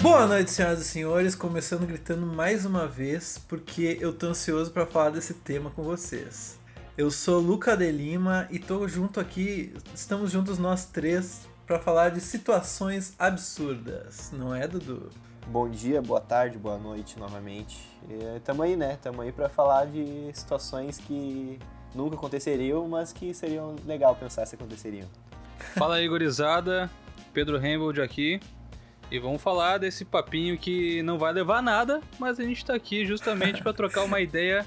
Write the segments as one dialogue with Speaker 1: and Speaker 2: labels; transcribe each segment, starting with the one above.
Speaker 1: Boa noite, senhoras e senhores. Começando gritando mais uma vez, porque eu tô ansioso pra falar desse tema com vocês. Eu sou Luca de Lima e tô junto aqui, estamos juntos nós três pra falar de situações absurdas, não é, Dudu?
Speaker 2: Bom dia, boa tarde, boa noite novamente. É, tamo aí, né? Tamo aí pra falar de situações que nunca aconteceriam, mas que seriam legal pensar se aconteceriam.
Speaker 3: Fala aí, gurizada. Pedro Rambold aqui. E vamos falar desse papinho que não vai levar a nada, mas a gente tá aqui justamente pra trocar uma ideia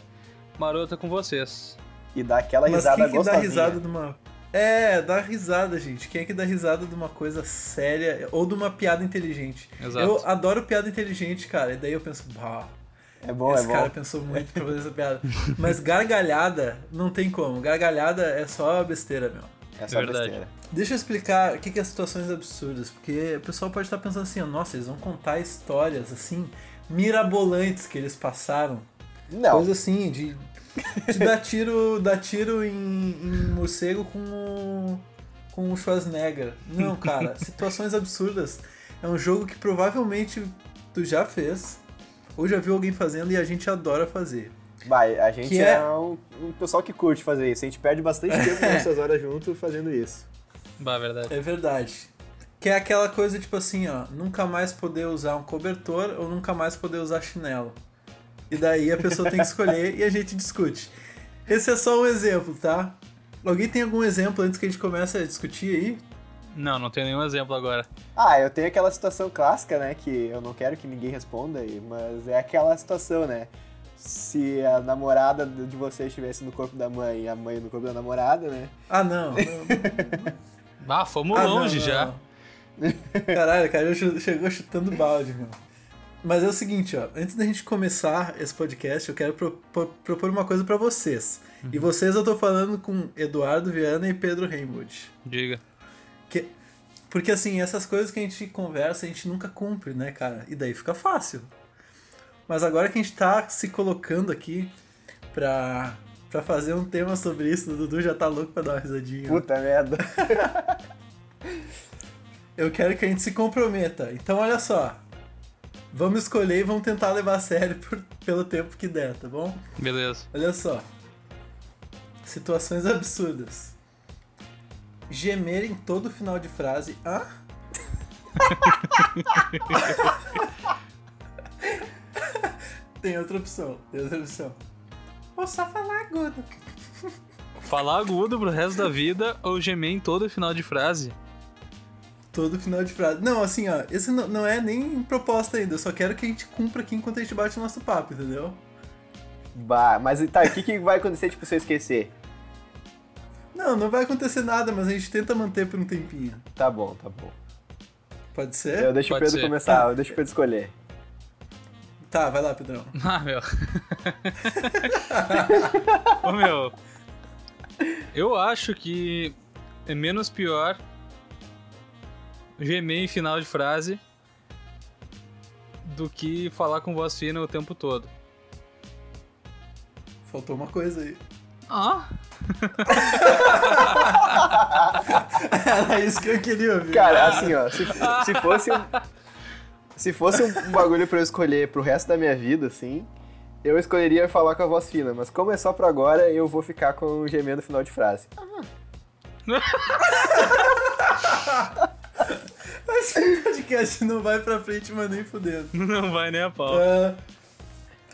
Speaker 3: marota com vocês.
Speaker 2: E dar aquela
Speaker 1: Mas
Speaker 2: risada
Speaker 1: quem que dá
Speaker 2: gostosinha.
Speaker 1: risada de uma... É, dá risada, gente. Quem é que dá risada de uma coisa séria ou de uma piada inteligente?
Speaker 3: Exato.
Speaker 1: Eu adoro piada inteligente, cara. E daí eu penso, bah,
Speaker 2: É bom,
Speaker 1: esse
Speaker 2: é bom.
Speaker 1: cara pensou muito pra fazer essa piada. Mas gargalhada não tem como. Gargalhada é só besteira, meu.
Speaker 2: É só
Speaker 3: É verdade.
Speaker 2: besteira.
Speaker 1: Deixa eu explicar o que que é situações absurdas, porque o pessoal pode estar pensando assim, ó, nossa, eles vão contar histórias assim mirabolantes que eles passaram
Speaker 2: Não,
Speaker 1: Coisa assim, de, de dar tiro, dar tiro em, em morcego com o, com o Schwarzenegger. Não, cara, situações absurdas. É um jogo que provavelmente tu já fez, ou já viu alguém fazendo e a gente adora fazer.
Speaker 2: vai, a gente
Speaker 1: Que
Speaker 2: é,
Speaker 1: é-
Speaker 2: um, um pessoal que curte fazer isso. A gente perde bastante tempo nessas horas junto fazendo isso.
Speaker 3: Bah, verdade.
Speaker 1: É verdade. Que é aquela coisa tipo assim, ó, nunca mais poder usar um cobertor ou nunca mais poder usar chinelo. E daí a pessoa tem que escolher e a gente discute. Esse é só um exemplo, tá? Alguém tem algum exemplo antes que a gente comece a discutir aí?
Speaker 3: Não, não tenho nenhum exemplo agora.
Speaker 2: Ah, eu tenho aquela situação clássica, né? Que eu não quero que ninguém responda, e- mas é aquela situação, né? Se a namorada de você estivesse no corpo da mãe e a mãe no corpo da namorada, né?
Speaker 1: Ah, não.
Speaker 3: Ah, fomos
Speaker 1: Ah, não,
Speaker 3: longe
Speaker 1: não,
Speaker 3: já.
Speaker 1: não. Caralho, cara, eu chu- chegou chutando balde, meu. Mas é o seguinte, ó, antes da gente começar esse podcast, eu quero pro- pro- propor uma coisa pra vocês. E
Speaker 3: Uhum.
Speaker 1: vocês eu tô falando com Eduardo Viana e Pedro Reimwood.
Speaker 3: Diga.
Speaker 1: Que- Porque assim, essas coisas que a gente conversa, a gente nunca cumpre, né, cara? E daí fica fácil. Mas agora que a gente tá se colocando aqui pra, pra fazer um tema sobre isso, o Dudu já tá louco pra dar uma risadinha.
Speaker 2: Puta merda.
Speaker 1: Eu quero que a gente se comprometa. Então olha só. Vamos escolher e vamos tentar levar a sério por- pelo tempo que der, tá bom?
Speaker 3: Beleza.
Speaker 1: Olha só. Situações absurdas. Gemer em todo final de frase. Hã? Tem outra opção. Tem outra opção. Vou só falar agudo.
Speaker 3: Falar agudo pro resto da vida ou gemer em todo final de frase?
Speaker 1: Todo final de frase. Não, assim, ó. Esse não, não é nem proposta ainda. Eu só quero que a gente cumpra aqui enquanto a gente bate o nosso papo, entendeu?
Speaker 2: Bah, mas tá, o que, que vai acontecer tipo, se eu esquecer?
Speaker 1: Não, não vai acontecer nada, mas a gente tenta manter por um tempinho.
Speaker 2: Tá bom, tá bom.
Speaker 1: Pode ser?
Speaker 2: Eu deixo o
Speaker 3: Pode
Speaker 2: Pedro
Speaker 3: ser.
Speaker 2: começar, eu deixo o Pedro escolher.
Speaker 1: Tá, vai lá, Pedrão.
Speaker 3: Ah, meu. Ô, meu. Eu acho que é menos pior gemer em final de frase do que falar com voz fina o tempo todo.
Speaker 1: Faltou uma coisa aí.
Speaker 3: Ah?
Speaker 1: Era é isso que eu queria ouvir.
Speaker 2: Cara, assim, ó, se, se fosse um, se fosse um bagulho pra eu escolher pro resto da minha vida, assim, eu escolheria falar com a voz fina, mas como é só pra agora, eu vou ficar com o gemendo no final de frase.
Speaker 1: Esse podcast não vai pra frente, mas nem fudendo.
Speaker 3: Não vai nem a pau.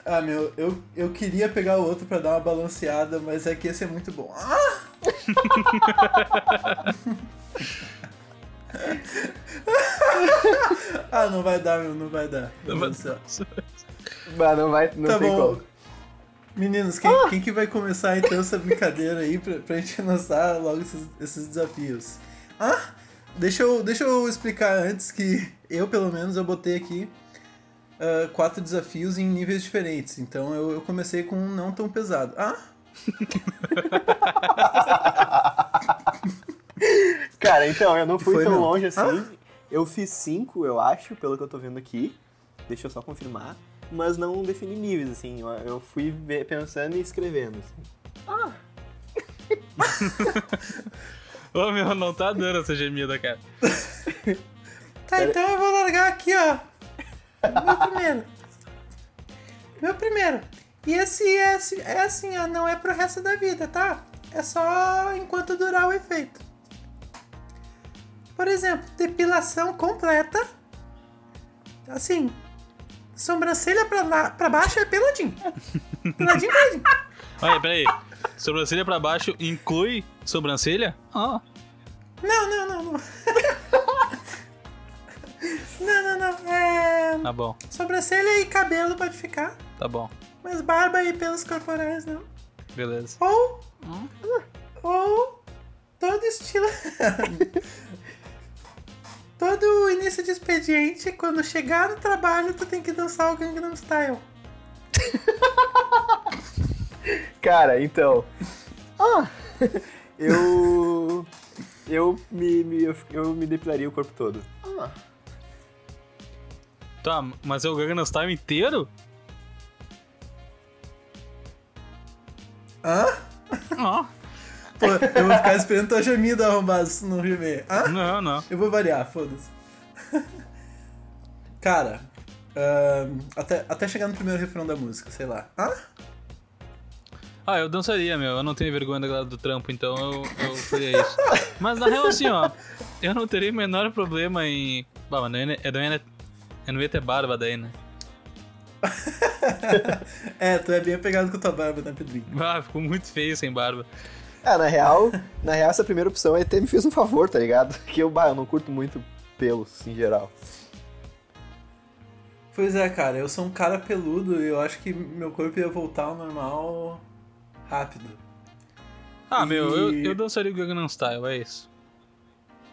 Speaker 1: Ah, ah, meu, eu, eu queria pegar o outro pra dar uma balanceada, mas é que esse é muito bom. Ah! ah, não vai dar, meu, não vai dar. Meu Deus do céu.
Speaker 2: Mas não vai, não
Speaker 1: Tá
Speaker 2: tem
Speaker 1: bom.
Speaker 2: como.
Speaker 1: Meninos, quem, quem que vai começar então essa brincadeira aí pra, pra gente lançar logo esses, esses desafios? Ah, deixa eu, deixa eu explicar antes que eu, pelo menos, eu botei aqui ah, quatro desafios em níveis diferentes. Então eu, eu comecei com um não tão pesado. Ah,
Speaker 2: Cara, então, eu não fui
Speaker 1: Foi,
Speaker 2: tão
Speaker 1: meu?
Speaker 2: longe assim. Eu fiz cinco, eu acho, pelo que eu tô vendo aqui. Deixa eu só confirmar. Mas não defini níveis, assim. Eu- Eu fui ver- pensando e escrevendo. assim.
Speaker 3: Ô, meu, não tá dando essa gemida, cara.
Speaker 1: tá, então eu vou largar aqui, ó. Meu primeiro. Meu primeiro. E esse é, assim- é assim, ó, não é pro resto da vida, tá? É só enquanto durar o efeito. Por exemplo, depilação completa. Assim, sobrancelha pra, na- pra baixo é peladinho. Peladinho, peladinho.
Speaker 3: Olha, peraí. Sobrancelha pra baixo inclui sobrancelha? Ah.
Speaker 1: Não, não, não, não. Não, não, não. É.
Speaker 3: Tá bom,
Speaker 1: Sobrancelha e cabelo pode ficar.
Speaker 3: tá bom.
Speaker 1: Mas barba e pelos corporais não.
Speaker 3: Beleza.
Speaker 1: Ou. Ou. Todo estilo. todo início de expediente, quando chegar no trabalho, tu tem que dançar o Gangnam Style.
Speaker 2: Cara, então. Ah, eu. Eu me, me- eu, eu me depilaria o corpo todo.
Speaker 3: Tá, mas é o Gangnam Style inteiro?
Speaker 1: Hã?
Speaker 3: Ah.
Speaker 1: Pô, eu vou ficar esperando tua gemida arrombada se não gemer. Hã?
Speaker 3: Não, não.
Speaker 1: Eu vou variar, foda-se. Cara, ahn, até, até chegar no primeiro refrão da música, sei lá. Hã?
Speaker 3: Ah, eu dançaria, meu. Eu não tenho vergonha da galera do trampo, então eu, eu faria isso. Mas na real, assim, ó. Eu não teria o menor problema em. Bah, mas não ia- eu não ia, eu não ia ter barba daí, né?
Speaker 1: É, tu é bem apegado com tua barba, né, Pedrinho?
Speaker 3: Ah, ficou muito feio sem barba.
Speaker 2: Ah, na real, na real, essa primeira opção aí até me fez um favor, tá ligado? Que eu, bah, eu não curto muito pelos em geral.
Speaker 1: Pois é, cara, eu sou um cara peludo e eu acho que meu corpo ia voltar ao normal rápido.
Speaker 3: Ah, meu, eu,
Speaker 1: E-
Speaker 3: eu dançaria o Gangnam Style, é isso.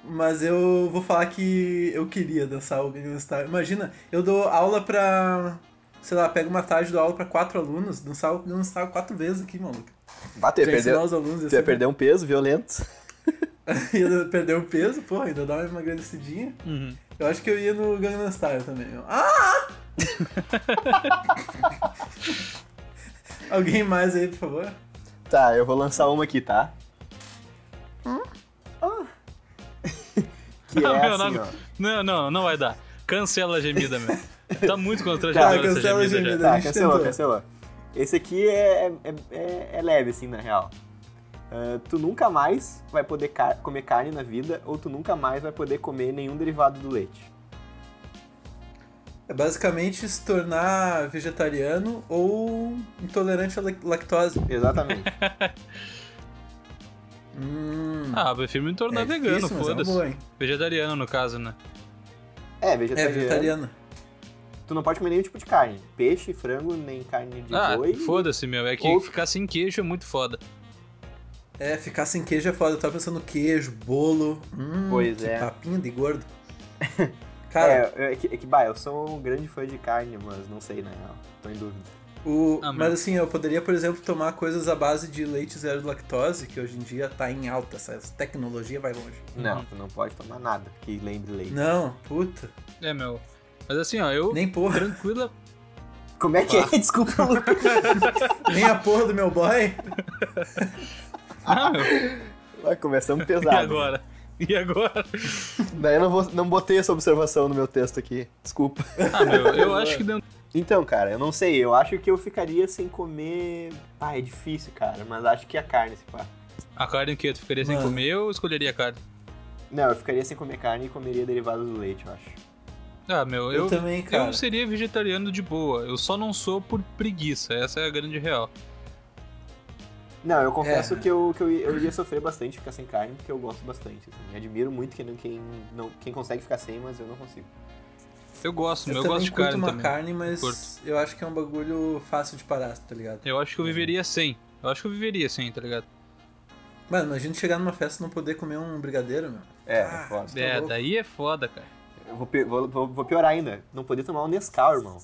Speaker 1: Mas eu vou falar que eu queria dançar o Gangnam Style. Imagina, eu dou aula pra. Sei lá, pego uma tarde e dou aula pra quatro alunos, dançar o Gangnam Style quatro vezes aqui, maluco.
Speaker 2: Bater,
Speaker 1: Já ensinar
Speaker 2: perdeu.
Speaker 1: os alunos ia
Speaker 2: Você ia
Speaker 1: ser-
Speaker 2: perder um peso violento.
Speaker 1: ia perder o peso, porra, ainda dá uma emagrecidinha.
Speaker 3: Uhum.
Speaker 1: Eu acho que eu ia no Gangnam Style também. Eu- Ah! Alguém mais aí, por favor?
Speaker 2: Tá, eu vou lançar uma aqui, tá? Ah. que é
Speaker 3: Ah, meu,
Speaker 2: assim,
Speaker 3: não.
Speaker 2: ó.
Speaker 3: Não, não, não vai dar. Cancela a gemida, meu. Tá muito
Speaker 1: Tá,
Speaker 3: constrangedora essa
Speaker 1: cancela a
Speaker 3: gemida, já.
Speaker 1: gemida.
Speaker 2: Tá,
Speaker 1: a gente
Speaker 2: cancelou,
Speaker 1: tentou.
Speaker 2: cancelou. Esse aqui é, é, é- é leve, assim, na real. Ah, tu nunca mais vai poder car- comer carne na vida ou tu nunca mais vai poder comer nenhum derivado do leite.
Speaker 1: É basicamente se tornar vegetariano ou intolerante à lac- lactose.
Speaker 2: Exatamente.
Speaker 1: Hum.
Speaker 3: Ah, eu prefiro me tornar
Speaker 1: é
Speaker 3: vegano,
Speaker 1: difícil, mas é uma
Speaker 3: foda-se.
Speaker 1: boa, hein?
Speaker 3: Vegetariano, no caso, né?
Speaker 2: é,
Speaker 1: É,
Speaker 2: vegetariano.
Speaker 1: vegetariano.
Speaker 2: Tu não pode comer nenhum tipo de carne. Peixe, frango, nem carne de
Speaker 3: ah,
Speaker 2: boi.
Speaker 3: foda-se, meu. É que
Speaker 2: Ou-
Speaker 3: ficar sem queijo é muito foda.
Speaker 1: É, ficar sem queijo é foda. Eu tava pensando no queijo, bolo. Hum,
Speaker 2: Pois
Speaker 1: que
Speaker 2: é.
Speaker 1: Papinho de gordo. Cara,
Speaker 2: É, é que, é que, bah, eu sou um grande fã de carne, mas não sei, na real. Tô em dúvida.
Speaker 1: o-
Speaker 3: Ah,
Speaker 1: mas
Speaker 3: mano.
Speaker 1: assim, eu poderia, por exemplo, tomar coisas à base de leite zero lactose, que hoje em dia tá em alta, essa tecnologia vai longe.
Speaker 2: Não, tu não pode tomar nada que lembre leite.
Speaker 1: Não, puta,
Speaker 3: É, meu. Mas assim, ó, eu.
Speaker 1: nem porra,
Speaker 3: Tranquila.
Speaker 2: Como é que é? Desculpa, Lucas.
Speaker 1: nem a porra do meu boy.
Speaker 3: Ah, meu.
Speaker 2: Ah, Começamos
Speaker 3: E
Speaker 2: pesado.
Speaker 3: agora? E agora?
Speaker 2: Daí eu não, vou- não botei essa observação no meu texto aqui. Desculpa.
Speaker 3: Ah, meu, eu acho que dentro.
Speaker 2: Então, cara, eu não sei. Eu acho que eu ficaria sem comer. Ah, é difícil, cara, mas acho que a carne, se pá.
Speaker 3: A carne o quê? Tu ficaria sem
Speaker 1: Mano.
Speaker 3: comer ou escolheria a carne?
Speaker 2: Não, eu ficaria sem comer carne e comeria derivados do leite, eu acho.
Speaker 3: Ah, meu,
Speaker 1: Eu,
Speaker 3: eu.
Speaker 1: também, cara.
Speaker 3: Eu seria vegetariano de boa. Eu só não sou por preguiça. Essa é a grande real.
Speaker 2: Não, eu confesso
Speaker 1: É.
Speaker 2: que, eu, que eu, eu iria sofrer bastante ficar sem carne, porque eu gosto bastante. assim. Admiro muito quem, não, quem, não, quem consegue ficar sem, mas eu não consigo.
Speaker 3: Eu gosto,
Speaker 1: Eu
Speaker 3: meu. Eu
Speaker 1: também
Speaker 3: gosto de
Speaker 1: curto
Speaker 3: carne
Speaker 1: uma
Speaker 3: também.
Speaker 1: carne, mas
Speaker 3: Curto.
Speaker 1: eu acho que é um bagulho fácil de parar, tá ligado?
Speaker 3: Eu acho que eu viveria sem. Eu acho que eu viveria sem, tá ligado?
Speaker 1: Mano, imagina chegar numa festa e não poder comer um brigadeiro, meu.
Speaker 2: É,
Speaker 1: Ah,
Speaker 2: é foda.
Speaker 1: Tá
Speaker 3: É,
Speaker 1: louco.
Speaker 3: daí é foda, cara.
Speaker 2: Eu vou, pi- vou, vou- vou piorar ainda. Não poder tomar um Nescau, irmão.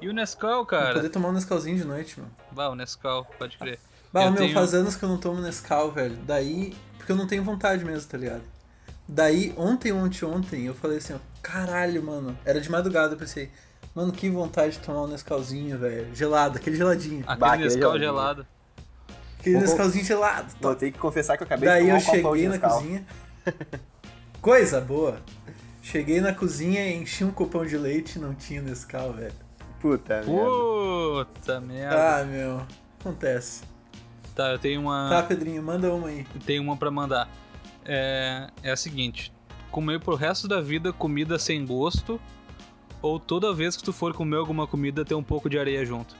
Speaker 3: E o Nescau,
Speaker 1: Não
Speaker 3: cara?
Speaker 1: poder tomar um Nescauzinho de noite, meu.
Speaker 3: Bah, o Nescau, pode crer.
Speaker 1: Bah,
Speaker 3: Eu
Speaker 1: meu,
Speaker 3: tenho- um-
Speaker 1: faz anos que eu não tomo Nescau, velho. Daí, porque eu não tenho vontade mesmo, tá ligado? Daí, ontem, ontem, ontem, eu falei assim, ó, caralho, mano. Era de madrugada, eu pensei, mano, que vontade de tomar um Nescauzinho, velho. Gelado, aquele geladinho.
Speaker 3: Aquele
Speaker 2: Bah, aquele é
Speaker 3: Nescau
Speaker 2: geladinho.
Speaker 3: gelado.
Speaker 1: Aquele
Speaker 2: Vou-
Speaker 1: Nescauzinho gelado.
Speaker 2: Vou ter que confessar que eu acabei
Speaker 1: Daí
Speaker 2: de
Speaker 1: eu
Speaker 2: tomar um copão
Speaker 1: cheguei
Speaker 2: de
Speaker 1: na
Speaker 2: Nescau.
Speaker 1: cozinha. Coisa boa. Cheguei na cozinha, enchi um copão de leite e não tinha Nescau, velho.
Speaker 2: Puta merda.
Speaker 3: Puta merda.
Speaker 1: Ah, meu. Acontece.
Speaker 3: Tá, eu tenho uma.
Speaker 1: Ah. Tá, Pedrinho, manda uma aí.
Speaker 3: Tem uma pra mandar. É, é a seguinte: comer pro resto da vida comida sem gosto, ou toda vez que tu for comer alguma comida ter um pouco de areia junto.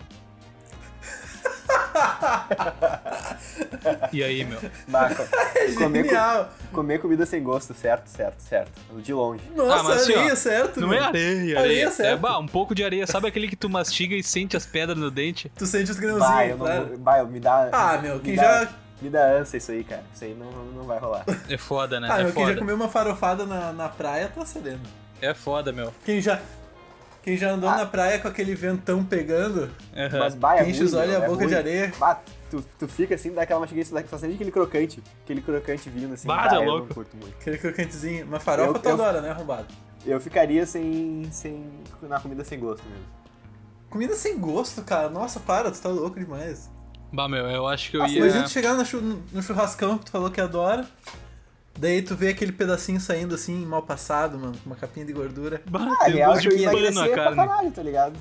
Speaker 3: e aí, meu?
Speaker 2: Marco,
Speaker 1: É
Speaker 2: Comer com-
Speaker 1: genial.
Speaker 2: comer comida sem gosto, certo, certo, certo. De longe.
Speaker 1: Nossa,
Speaker 3: Ah, mas assim, ó,
Speaker 1: areia, certo?
Speaker 3: Não
Speaker 1: meu?
Speaker 3: é areia,
Speaker 1: Areia,
Speaker 3: areia. é
Speaker 1: certo.
Speaker 3: bah, um pouco de areia. Sabe aquele que tu mastiga e sente as pedras no dente?
Speaker 1: Tu sente os
Speaker 2: Vai, eu
Speaker 1: grãozinhos,
Speaker 2: não
Speaker 1: claro.
Speaker 2: vou- vai, me dá.
Speaker 1: Ah, meu,
Speaker 2: me
Speaker 1: quem
Speaker 2: dá-
Speaker 1: já,
Speaker 2: Me dá ânsia isso aí, cara. Isso aí não, não vai rolar.
Speaker 3: É foda, né?
Speaker 1: ah,
Speaker 3: é
Speaker 1: meu, quem já
Speaker 3: foda.
Speaker 1: comeu uma farofada na, na praia tá cedendo.
Speaker 3: É foda, meu.
Speaker 1: Quem já, quem já andou
Speaker 2: Ah.
Speaker 1: na praia com aquele ventão pegando,
Speaker 3: Aham.
Speaker 2: Mas vai, é
Speaker 1: quem enche os
Speaker 2: ruim,
Speaker 1: olhos e
Speaker 2: meu,
Speaker 1: a
Speaker 2: é
Speaker 1: boca
Speaker 2: ruim.
Speaker 1: de areia.
Speaker 2: Bah, tu, tu fica assim, dá aquela machiguinha, isso daqui, só sente aquele crocante. Aquele crocante vindo assim.
Speaker 3: Bah,
Speaker 2: bah,
Speaker 3: tá
Speaker 2: eu
Speaker 3: louco.
Speaker 2: não curto muito.
Speaker 1: Aquele crocantezinho. Uma farofa
Speaker 2: Eu-
Speaker 1: toda
Speaker 2: eu-
Speaker 1: hora, né, arrombado?
Speaker 2: Eu ficaria sem, sem. na comida sem gosto mesmo.
Speaker 1: Comida sem gosto, cara. Nossa, para, tu tá louco demais.
Speaker 3: Bah, meu, eu acho que eu
Speaker 1: Nossa,
Speaker 3: ia.
Speaker 1: imagina tu chegar no, chu- no churrascão que tu falou que adora. Daí tu vê aquele pedacinho saindo assim, mal passado, mano, com uma capinha de gordura.
Speaker 3: Bah,
Speaker 2: Ah,
Speaker 3: tem
Speaker 2: real
Speaker 3: um gosto
Speaker 2: que eu
Speaker 3: de
Speaker 2: ia
Speaker 3: pano a
Speaker 2: emagrecer pra
Speaker 3: carne.
Speaker 2: caralho, tá ligado?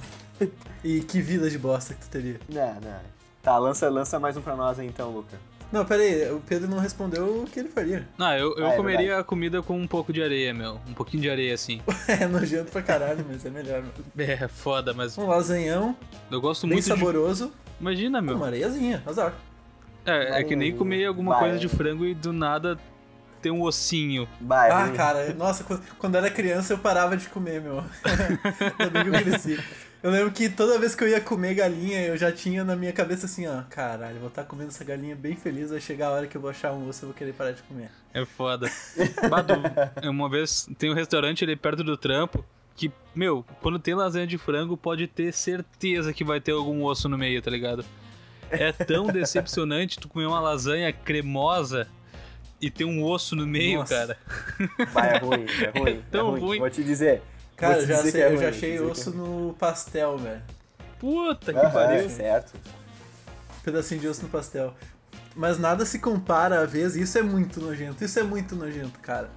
Speaker 1: E que vida de bosta que tu teria.
Speaker 2: Não, não. Tá, lança, lança mais um pra nós aí então, Luca.
Speaker 1: Não, pera aí, o Pedro não respondeu o que ele faria.
Speaker 3: Não, eu, eu
Speaker 2: Ah, é
Speaker 3: comeria a comida com um pouco de areia, meu. Um pouquinho de areia, assim.
Speaker 1: É nojento pra caralho, mas é melhor, meu.
Speaker 3: É foda, mas
Speaker 1: Um lasanhão,
Speaker 3: eu gosto
Speaker 1: bem
Speaker 3: muito de. Ah.
Speaker 1: saboroso,
Speaker 3: Imagina, meu.
Speaker 1: uma areiazinha, azar.
Speaker 3: É, é que nem comer alguma
Speaker 2: Vai.
Speaker 3: coisa de frango e do nada ter um ossinho.
Speaker 2: Bah, é
Speaker 1: Ah,
Speaker 2: ruim.
Speaker 1: cara, nossa, quando, quando eu era criança eu parava de comer, meu. Ainda bem que eu cresci. Eu lembro que toda vez que eu ia comer galinha, eu já tinha na minha cabeça assim, ó, caralho, vou estar comendo essa galinha bem feliz, vai chegar a hora que eu vou achar um osso e eu vou querer parar de comer.
Speaker 3: É foda. Badu, uma vez tem um restaurante ali perto do trampo que, meu, quando tem lasanha de frango, pode ter certeza que vai ter algum osso no meio, tá ligado? É tão decepcionante tu comer uma lasanha cremosa e ter um osso no meio,
Speaker 1: Nossa.
Speaker 3: cara.
Speaker 2: Bah, é ruim, é ruim. é
Speaker 3: tão
Speaker 2: ruim.
Speaker 3: ruim.
Speaker 2: Vou te dizer.
Speaker 1: Cara,
Speaker 2: Vou
Speaker 1: eu
Speaker 2: te
Speaker 1: já,
Speaker 2: dizer
Speaker 1: sei-
Speaker 2: que é
Speaker 1: eu já
Speaker 2: ruim,
Speaker 1: achei
Speaker 2: vou te
Speaker 1: osso
Speaker 2: dizer que
Speaker 1: no pastel, velho.
Speaker 3: Puta que
Speaker 2: é ruim.
Speaker 3: pariu.
Speaker 2: Aham, certo.
Speaker 1: Um pedacinho de osso no pastel. Mas nada se compara à vez, e isso é muito nojento, isso é muito nojento, cara.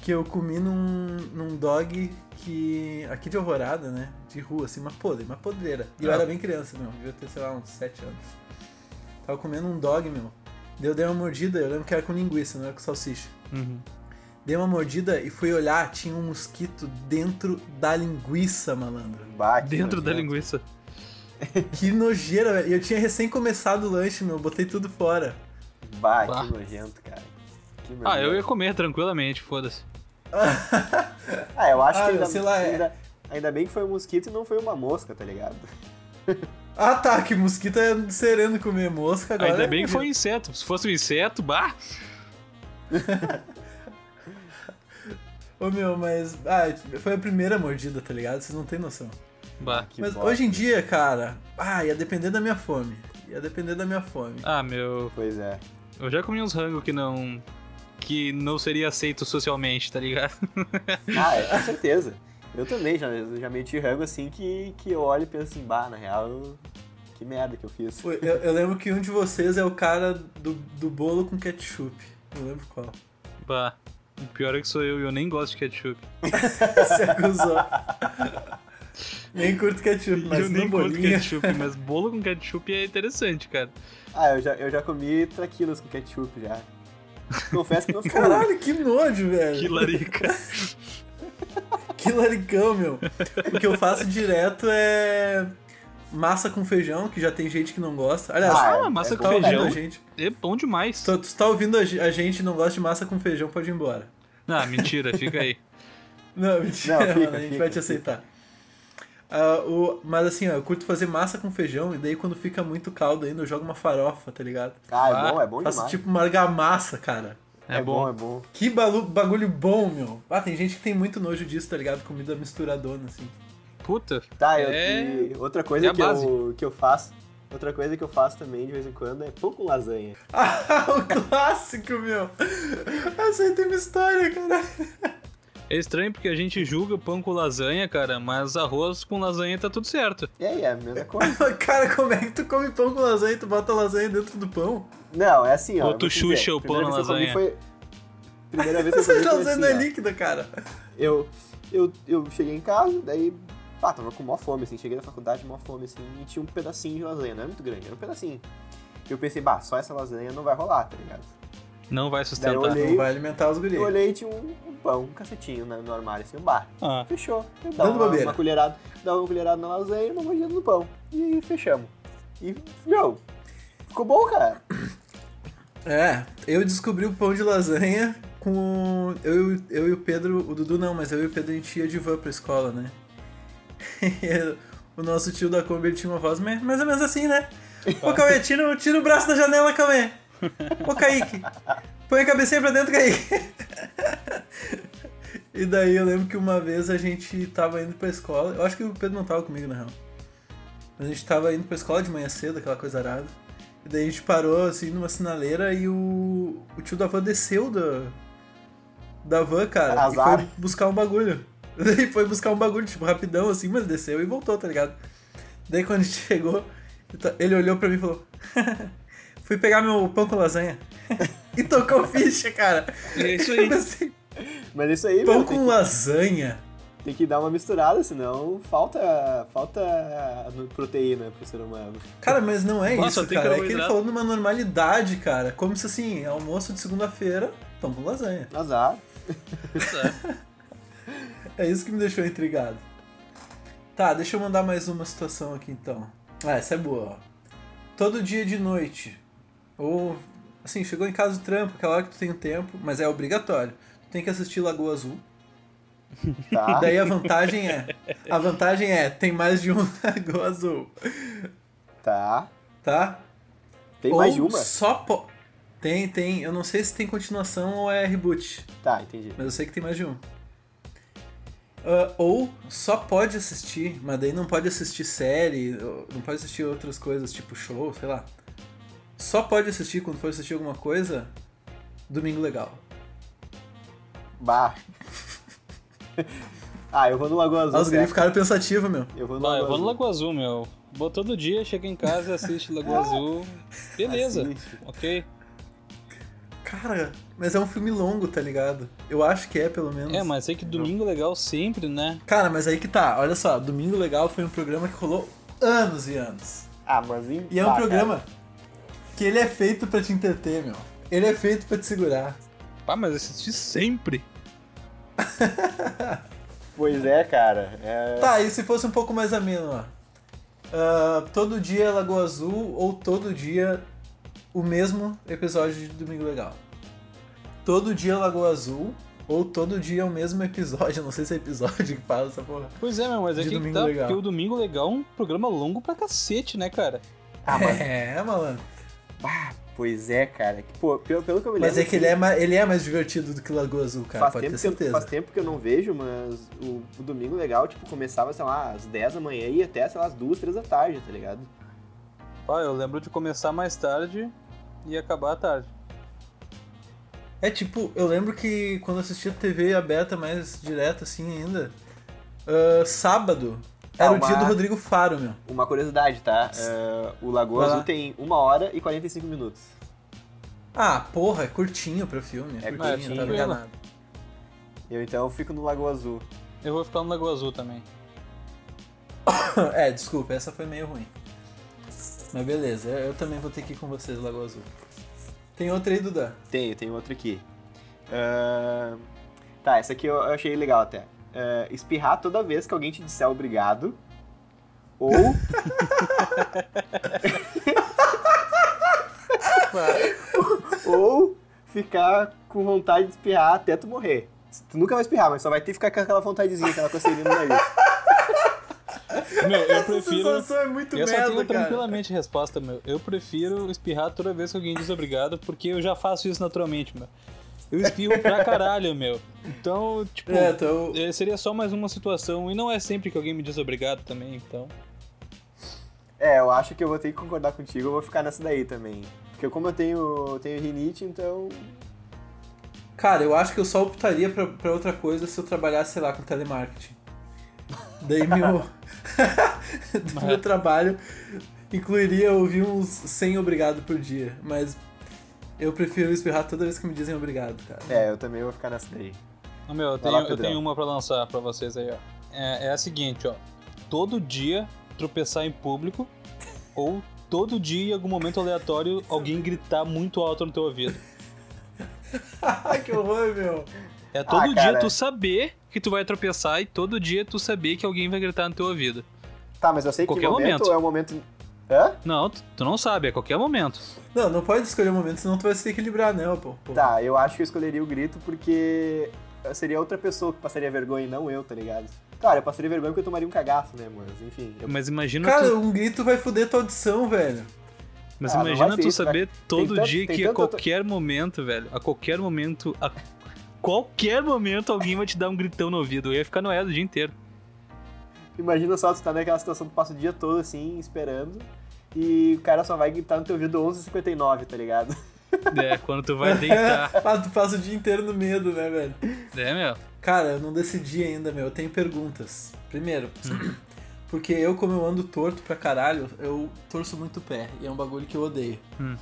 Speaker 1: Que eu comi num, num dog que. aqui de Alvorada, né? De rua, assim, uma podre, uma podreira. E eu
Speaker 3: Ah.
Speaker 1: era bem criança, meu, devia ter, sei lá, uns 7 anos. Tava comendo um dog, meu. Daí eu dei uma mordida, eu lembro que era com linguiça, não era com salsicha.
Speaker 3: Uhum.
Speaker 1: Dei uma mordida e fui olhar, tinha um mosquito dentro da linguiça, malandro.
Speaker 2: Bah, que
Speaker 3: Dentro da
Speaker 2: nojento.
Speaker 3: linguiça.
Speaker 1: Que nojeira, velho. E eu tinha recém começado o lanche, meu, botei tudo fora.
Speaker 2: Bah,
Speaker 3: Bah.
Speaker 2: que nojento, cara. Que nojento.
Speaker 3: Ah, eu ia comer tranquilamente, foda-se.
Speaker 2: Ah, eu acho
Speaker 1: Ah,
Speaker 2: que
Speaker 1: meu,
Speaker 2: ainda,
Speaker 1: sei lá, é.
Speaker 2: ainda, ainda bem que foi um mosquito e não foi uma mosca, tá ligado?
Speaker 1: Ah tá, que mosquito é sereno comer mosca agora. é
Speaker 3: Ainda bem que foi um inseto. Se fosse um inseto, bah.
Speaker 1: Ô meu, mas. Ah, foi a primeira mordida, tá ligado? Vocês não têm noção.
Speaker 3: Bah.
Speaker 2: Que
Speaker 1: mas
Speaker 2: bosta.
Speaker 1: hoje em dia, cara. Ah, ia depender da minha fome. Ia depender da minha fome.
Speaker 3: Ah, meu,
Speaker 2: Pois é.
Speaker 3: Eu já comi uns rango que não. que não seria aceito socialmente, tá ligado?
Speaker 2: Ah, é, com certeza. Eu também já, já meti rango assim que, que eu olho e penso assim, bah, na real, eu- que merda que eu fiz.
Speaker 1: Eu, eu lembro que um de vocês é o cara do, do bolo com ketchup. Não lembro qual.
Speaker 3: Bah. O pior é que sou eu e eu nem gosto de ketchup.
Speaker 1: Se acusou. nem curto ketchup, mas
Speaker 3: eu nem
Speaker 1: no bolinho.
Speaker 3: ketchup, mas bolo com ketchup é interessante, cara.
Speaker 2: Ah, eu já, eu já comi traquinas com ketchup já. Confesso que não ficou ruim.
Speaker 1: Caralho, que nojo, velho.
Speaker 3: Que larica.
Speaker 1: Que laricão, é meu. O que eu faço direto é massa com feijão, que já tem gente que não gosta. Aliás,
Speaker 2: Ah,
Speaker 3: Ah, massa
Speaker 2: é
Speaker 3: com
Speaker 1: tá ouvindo
Speaker 3: feijão
Speaker 1: a gente.
Speaker 3: é bom demais.
Speaker 1: Tu, tu tá ouvindo a, ge- a gente e não gosta de massa com feijão, pode ir embora.
Speaker 3: Ah, mentira, fica aí.
Speaker 1: Não, mentira,
Speaker 2: Não, fica,
Speaker 1: mano, a gente
Speaker 2: fica,
Speaker 1: vai te
Speaker 2: fica.
Speaker 1: aceitar. Ah, o, mas assim, ó, eu curto fazer massa com feijão e daí quando fica muito caldo ainda eu jogo uma farofa, tá ligado?
Speaker 2: Ah, é bom, é bom
Speaker 1: Faço
Speaker 2: demais.
Speaker 1: tipo uma argamassa, cara.
Speaker 3: É,
Speaker 2: é
Speaker 3: bom.
Speaker 2: é bom.
Speaker 1: Que balu- bagulho bom, meu. Ah, tem gente que tem muito nojo disso, tá ligado? Comida misturadona, assim.
Speaker 3: Puta.
Speaker 2: Tá, eu,
Speaker 3: É-
Speaker 2: e outra
Speaker 3: é
Speaker 2: coisa
Speaker 3: a
Speaker 2: que,
Speaker 3: base.
Speaker 2: eu, que eu faço, outra coisa que eu faço também de vez em quando é pão com lasanha.
Speaker 1: Ah, o clássico, meu. Essa aí tem uma história, cara.
Speaker 3: É estranho porque a gente julga pão com lasanha, cara, mas arroz com lasanha tá tudo certo.
Speaker 2: E aí, é a mesma coisa.
Speaker 1: Cara, como é que tu come pão com lasanha e tu bota lasanha dentro do pão?
Speaker 2: Não, é assim, ó.
Speaker 3: Ou
Speaker 2: eu
Speaker 3: tu
Speaker 2: vou te dizer,
Speaker 3: xuxa o
Speaker 2: a primeira
Speaker 3: pão na
Speaker 2: vez que eu comi
Speaker 3: lasanha.
Speaker 2: Foi... Primeira vez que eu
Speaker 1: Você
Speaker 2: comi,
Speaker 1: tá
Speaker 2: foi
Speaker 1: usando
Speaker 2: assim,
Speaker 1: a
Speaker 2: ó.
Speaker 1: líquida, cara.
Speaker 2: eu, eu, eu cheguei em casa, daí, pá, tava com mó fome, assim, cheguei da faculdade, mó fome, assim, e tinha um pedacinho de lasanha, não era muito grande, era um pedacinho. Eu pensei, bah, só essa lasanha não vai rolar, tá ligado?
Speaker 3: Não vai
Speaker 2: Daí eu
Speaker 3: sustentar.
Speaker 2: olhei,
Speaker 1: Não vai alimentar os
Speaker 2: eu
Speaker 1: guris.
Speaker 2: olhei e tinha um, um pão, um cacetinho na- no armário, assim, um bar.
Speaker 3: Ah,
Speaker 2: Fechou. Eu dava
Speaker 1: Dando
Speaker 2: uma,
Speaker 1: bobeira.
Speaker 2: uma colherada, dava uma colherada na lasanha e uma mordida no pão. E aí fechamos. E, meu, ficou bom, cara.
Speaker 1: É, eu descobri o pão de lasanha com. Eu, e o- eu e o Pedro, o Dudu não, mas eu e o Pedro a gente ia de van pra escola, né? E o nosso tio da Kombi ele tinha uma voz mais mais ou menos assim, né? Ô Cauê, tira, o- tira o braço da janela, Cauê! Ô Kaique! Põe a cabecinha pra dentro, Kaique! E daí eu lembro que uma vez a gente tava indo pra escola. Eu acho que o Pedro não tava comigo, na real. Mas a gente tava indo pra escola de manhã cedo, aquela coisa arada. E daí a gente parou, assim, numa sinaleira e o, o tio da van desceu da, da van, cara. E
Speaker 2: Azar.
Speaker 1: foi buscar um bagulho. Daí foi buscar um bagulho, tipo, rapidão, assim, mas desceu e voltou, tá ligado? Daí quando a gente chegou, ele olhou pra mim e falou... Fui pegar meu pão com lasanha. e tocou ficha, cara.
Speaker 3: e é isso
Speaker 1: Eu
Speaker 3: aí.
Speaker 1: pensei,
Speaker 2: Mas é isso aí,
Speaker 1: pão
Speaker 2: meu, tem
Speaker 1: com
Speaker 2: que-
Speaker 1: lasanha?
Speaker 2: Tem que dar uma misturada, senão falta, falta proteína pro ser humano.
Speaker 1: Cara, mas não é
Speaker 3: Nossa,
Speaker 1: isso,
Speaker 3: tem
Speaker 1: cara. É que ele
Speaker 3: carboidrato.
Speaker 1: falou numa normalidade, cara. Como se assim, almoço de segunda-feira, pão com lasanha.
Speaker 2: Azar.
Speaker 3: Tá.
Speaker 1: É isso que me deixou intrigado. Tá, deixa eu mandar mais uma situação aqui então. Ah, essa é boa, ó. Todo dia de noite. Ou, assim, chegou em casa do trampo, aquela hora que tu tem o tempo, mas é obrigatório. Tu tem que assistir Lagoa Azul.
Speaker 2: Tá.
Speaker 1: Daí a vantagem é. A vantagem é, tem mais de um Lagoa Azul,
Speaker 2: tá.
Speaker 1: tá?
Speaker 2: Tem
Speaker 1: Ou
Speaker 2: mais de uma?
Speaker 1: Só po... Tem, tem. Eu não sei se tem continuação ou é reboot,
Speaker 2: Tá, entendi.
Speaker 1: mas eu sei que tem mais de um. Ah, ou só pode assistir, mas daí não pode assistir série, ou não pode assistir outras coisas, tipo show, sei lá. Só pode assistir quando for assistir alguma coisa, Domingo Legal.
Speaker 2: Bah. ah, eu vou no Lagoa
Speaker 1: Ah,
Speaker 2: Azul.
Speaker 1: os gringos
Speaker 2: certo?
Speaker 1: ficaram pensativos, meu.
Speaker 2: Eu vou no
Speaker 3: Vai,
Speaker 2: Lagoa
Speaker 3: eu vou no
Speaker 2: Azul.
Speaker 3: Lago Azul, meu. Vou todo dia, chego em casa, assisto Lago Azul. Beleza,
Speaker 1: Assim.
Speaker 2: Assiste.
Speaker 3: ok.
Speaker 1: Cara, mas é um filme longo, tá ligado? Eu acho que é, pelo menos.
Speaker 3: É, mas sei que domingo legal sempre, né?
Speaker 1: Cara, mas aí que tá. Olha só, Domingo Legal foi um programa que rolou anos e anos.
Speaker 2: Ah, mas em-
Speaker 1: E é um
Speaker 2: ah,
Speaker 1: programa que ele é feito pra te entreter, meu. Ele é feito pra te segurar.
Speaker 3: Pá, mas assisti sempre.
Speaker 2: cara. Pois é, cara. É...
Speaker 1: Tá, e se fosse um pouco mais ameno, ó. Ah, todo dia Lagoa Azul ou todo dia o mesmo episódio de Domingo Legal? Todo dia Lagoa Azul ou todo dia o mesmo episódio? Não sei se é episódio que fala essa porra.
Speaker 3: Pois é, meu, mas é
Speaker 1: De
Speaker 3: que
Speaker 1: Domingo
Speaker 3: tá,
Speaker 1: Legal.
Speaker 3: porque o Domingo Legal é um programa longo pra cacete, né, cara?
Speaker 2: Ah, mas...
Speaker 1: É, malandro.
Speaker 2: Pois é, cara. Que, Pô, pelo, pelo que eu me lembro... assim,
Speaker 1: Mas é que ele é, ma- ele é mais divertido do que Lagoa Azul, cara.
Speaker 2: Faz
Speaker 1: pode
Speaker 2: tempo,
Speaker 1: ter
Speaker 2: que eu,
Speaker 1: certeza.
Speaker 2: faz tempo que eu não vejo, mas o, o domingo legal, tipo, começava, sei lá, às 10 da manhã e ia até, sei lá, às 2, 3 da tarde, tá ligado?
Speaker 3: Pá, eu lembro de começar mais tarde e acabar à tarde.
Speaker 1: É tipo, eu lembro que quando eu assistia TV aberta mais direto assim ainda, ah, sábado era o
Speaker 2: Calma.
Speaker 1: dia do Rodrigo Faro, meu.
Speaker 2: Uma curiosidade, tá? É, o Lagoa
Speaker 1: Vai lá.
Speaker 2: Azul tem 1 hora e 45 minutos.
Speaker 1: Ah, porra, é curtinho pro filme. É
Speaker 2: É
Speaker 1: curtinho,
Speaker 2: curtinho.
Speaker 1: tá enganado.
Speaker 2: Eu então fico no Lagoa Azul.
Speaker 3: Eu vou ficar no Lago Azul também.
Speaker 1: É, desculpa, essa foi meio ruim. Mas beleza, eu eu também vou ter que ir com vocês, Lagoa Azul. Tem outra aí, Duda.
Speaker 2: Tem, tem outro aqui. Ahn, tá, essa aqui eu, eu achei legal até. Ahn, espirrar toda vez que alguém te disser obrigado. Ou. ou ficar com vontade de espirrar até tu morrer. Tu nunca vai espirrar, mas só vai ter que ficar com aquela vontadezinha, aquela coceirinha no nariz.
Speaker 3: Meu, eu
Speaker 1: Essa
Speaker 3: prefiro.
Speaker 1: sensação é muito
Speaker 3: Eu só
Speaker 1: merda,
Speaker 3: tenho
Speaker 1: cara.
Speaker 3: tranquilamente resposta, meu. Eu prefiro espirrar toda vez que alguém diz obrigado, porque eu já faço isso naturalmente, meu. Eu espirro pra caralho, meu. Então, tipo,
Speaker 1: É, então,
Speaker 3: eh, seria só mais uma situação. E não é sempre que alguém me diz obrigado também, então.
Speaker 2: É, eu acho que eu vou ter que concordar contigo, eu vou ficar nessa daí também. Porque como eu tenho, tenho rinite, então.
Speaker 1: Cara, eu acho que eu só optaria pra, pra outra coisa se eu trabalhasse, sei lá, com telemarketing. Daí meu, do meu trabalho incluiria ouvir uns 100 obrigado por dia. Mas Eu prefiro espirrar toda vez que me dizem obrigado, cara.
Speaker 2: É, eu também vou ficar nessa daí.
Speaker 3: Ô, meu, eu
Speaker 2: Vai
Speaker 3: tenho,
Speaker 2: lá,
Speaker 3: eu
Speaker 2: Pedrão.
Speaker 3: tenho uma pra lançar pra vocês aí, ó. É, é a seguinte, ó. Todo dia tropeçar em público ou todo dia, em algum momento aleatório, alguém gritar muito alto no teu ouvido.
Speaker 1: Ai, que horror, meu.
Speaker 3: É todo dia
Speaker 2: Ah, cara.
Speaker 3: tu saber que tu vai tropeçar e todo dia tu saber que alguém vai gritar no teu ouvido.
Speaker 2: Tá, mas eu sei que
Speaker 3: Qualquer
Speaker 2: momento,
Speaker 3: momento.
Speaker 2: é o momento. Hã?
Speaker 3: Não, tu, tu não sabe, é qualquer momento.
Speaker 1: Não, não pode escolher o momento, senão tu vai se equilibrar, né, pô? pô.
Speaker 2: Tá, eu acho que eu escolheria o grito porque seria outra pessoa que passaria vergonha e não eu, tá ligado? Claro, eu passaria vergonha porque eu tomaria um cagaço, né, mas enfim. Eu...
Speaker 3: Mas imagina tu,
Speaker 1: Cara, um grito vai foder tua audição, velho.
Speaker 3: mas
Speaker 2: Ah, não vai
Speaker 3: imagina
Speaker 2: ser
Speaker 3: tu
Speaker 2: isso,
Speaker 3: saber todo
Speaker 2: tanto-
Speaker 3: dia
Speaker 2: tem
Speaker 3: que a
Speaker 2: tanto-
Speaker 3: qualquer momento, velho, a qualquer momento, a qualquer momento alguém vai te dar um gritão no ouvido. Eu ia ficar noiado o dia inteiro.
Speaker 2: Imagina só, tu tá naquela situação, tu passa o dia todo assim, esperando, e o cara só vai gritar no teu ouvido 11h59, tá ligado?
Speaker 3: É, quando tu vai deitar.
Speaker 1: Ah, tu passa o dia inteiro no medo, né, velho?
Speaker 3: É, meu.
Speaker 1: Cara, eu não decidi ainda, meu. Eu tenho perguntas. Primeiro,
Speaker 3: Hum.
Speaker 1: porque eu, como eu ando torto pra caralho, eu torço muito o pé. E é um bagulho que eu odeio.
Speaker 3: Hum.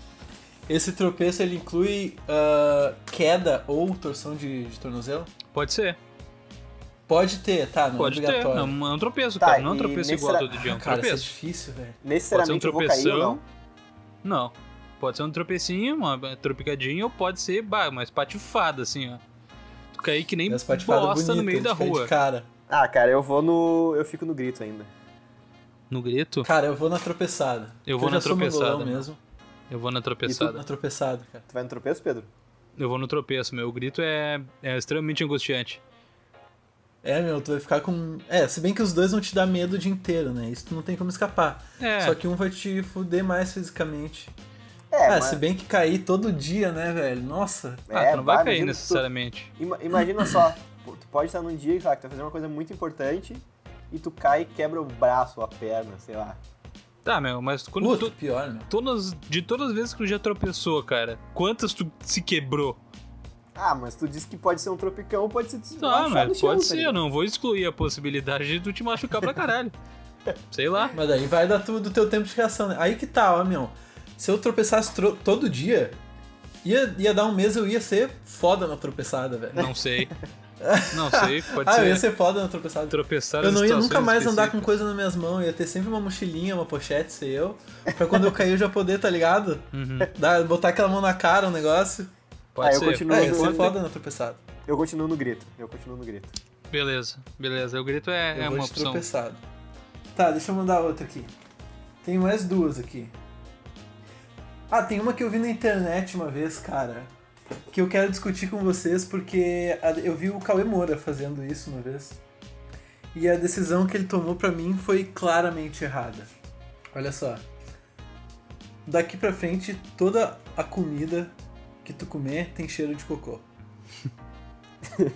Speaker 1: Esse tropeço, ele inclui ah, queda ou torção de, de tornozelo?
Speaker 3: Pode ser.
Speaker 2: é
Speaker 1: Pode ter, tá? Não
Speaker 3: Pode
Speaker 1: é
Speaker 3: ter.
Speaker 1: obrigatório.
Speaker 3: Não, não é um tropeço,
Speaker 2: Tá,
Speaker 3: cara. Não é um
Speaker 2: e Ah,
Speaker 3: tropeço
Speaker 2: nem
Speaker 3: igual
Speaker 2: será-
Speaker 3: todo dia. É um
Speaker 1: Cara, isso é
Speaker 3: tropeço.
Speaker 1: difícil, velho.
Speaker 2: Necessariamente
Speaker 3: um
Speaker 2: eu vou cair ou não.
Speaker 3: Não. Pode ser um tropecinho, uma tropicadinha, ou pode ser, bah, uma espatifada, assim, ó. Tu cair que nem
Speaker 1: Minhas patifadas
Speaker 3: bosta no
Speaker 1: bonitas,
Speaker 3: meio da
Speaker 1: de é frente,
Speaker 3: rua.
Speaker 1: Cara,
Speaker 2: Ah, cara, eu vou no. Eu fico no grito ainda.
Speaker 3: No grito?
Speaker 1: cara, eu vou na tropeçada.
Speaker 3: Eu vou na
Speaker 1: já sou mongolão
Speaker 3: tropeçada, meu.
Speaker 1: mesmo.
Speaker 3: Eu vou na
Speaker 1: Vou
Speaker 3: tropeçada.
Speaker 1: Na tropeçada, cara.
Speaker 2: Tu vai no tropeço, Pedro?
Speaker 3: Eu vou no tropeço, meu. O grito é, é extremamente angustiante.
Speaker 1: É, meu, tu vai ficar com. É, se bem que os dois vão te dar medo o dia inteiro, né? Isso tu não tem como escapar.
Speaker 3: É.
Speaker 1: Só que um vai te fuder mais fisicamente.
Speaker 2: É,
Speaker 1: ah, se bem que cair todo dia, né, velho? Nossa.
Speaker 3: Ah,
Speaker 2: é,
Speaker 3: tu não vai
Speaker 2: bah,
Speaker 3: cair
Speaker 2: imagina se tu-
Speaker 3: necessariamente.
Speaker 2: Ima- Imagina só, pô, tu pode estar num dia sei lá, que tu vai fazer uma coisa muito importante e tu cai e quebra o braço, a perna, sei lá.
Speaker 3: Tá, meu, mas quando
Speaker 1: Puta,
Speaker 3: tu,
Speaker 1: pior, meu.
Speaker 3: todas, de todas as vezes que tu já tropeçou, cara, quantas tu se quebrou?
Speaker 2: Ah, mas tu disse que pode ser um tropicão ou pode ser
Speaker 3: Tá,
Speaker 2: desmanchado no
Speaker 3: mas
Speaker 2: chão,
Speaker 3: pode
Speaker 2: tá
Speaker 3: ser, eu
Speaker 2: ligado?
Speaker 3: não vou excluir a possibilidade de tu te machucar pra caralho. Sei lá.
Speaker 1: Mas daí vai dar tudo do teu tempo de reação, né? Aí que tá, ó, meu. Se eu tropeçasse tro- todo dia, ia, ia dar um mês, eu ia ser foda na tropeçada, velho.
Speaker 3: Não sei. Não sei, pode
Speaker 1: Ah, eu ia
Speaker 3: ser.
Speaker 1: ser foda na tropeçada.
Speaker 3: Tropeçar
Speaker 1: Eu
Speaker 3: em
Speaker 1: não ia
Speaker 3: situações
Speaker 1: nunca mais andar
Speaker 3: específicas.
Speaker 1: com coisa nas minhas mãos, ia ter sempre uma mochilinha, uma pochete, sei eu. Pra quando eu cair eu já poder, tá ligado?
Speaker 3: Uhum,
Speaker 1: Dar- botar aquela mão na cara, o negócio.
Speaker 3: pode
Speaker 2: Ah, eu
Speaker 3: ser.
Speaker 2: continuo
Speaker 1: É,
Speaker 2: Não,
Speaker 1: ia
Speaker 2: não.
Speaker 1: ser foda na tropeçada.
Speaker 2: Eu continuo no grito, eu continuo no grito.
Speaker 3: Beleza, beleza. O grito é,
Speaker 1: Eu
Speaker 3: é
Speaker 1: vou
Speaker 3: uma
Speaker 1: te
Speaker 3: opção.
Speaker 1: tropeçado. Tá, deixa eu mandar outra aqui. Tem mais duas aqui. Ah, tem uma que eu vi na internet uma vez, cara. Que eu quero discutir com vocês porque a- eu vi o Cauê Moura fazendo isso uma vez. E a decisão que ele tomou pra mim foi claramente errada. Olha só. Daqui pra frente, toda a comida que tu comer tem cheiro de cocô.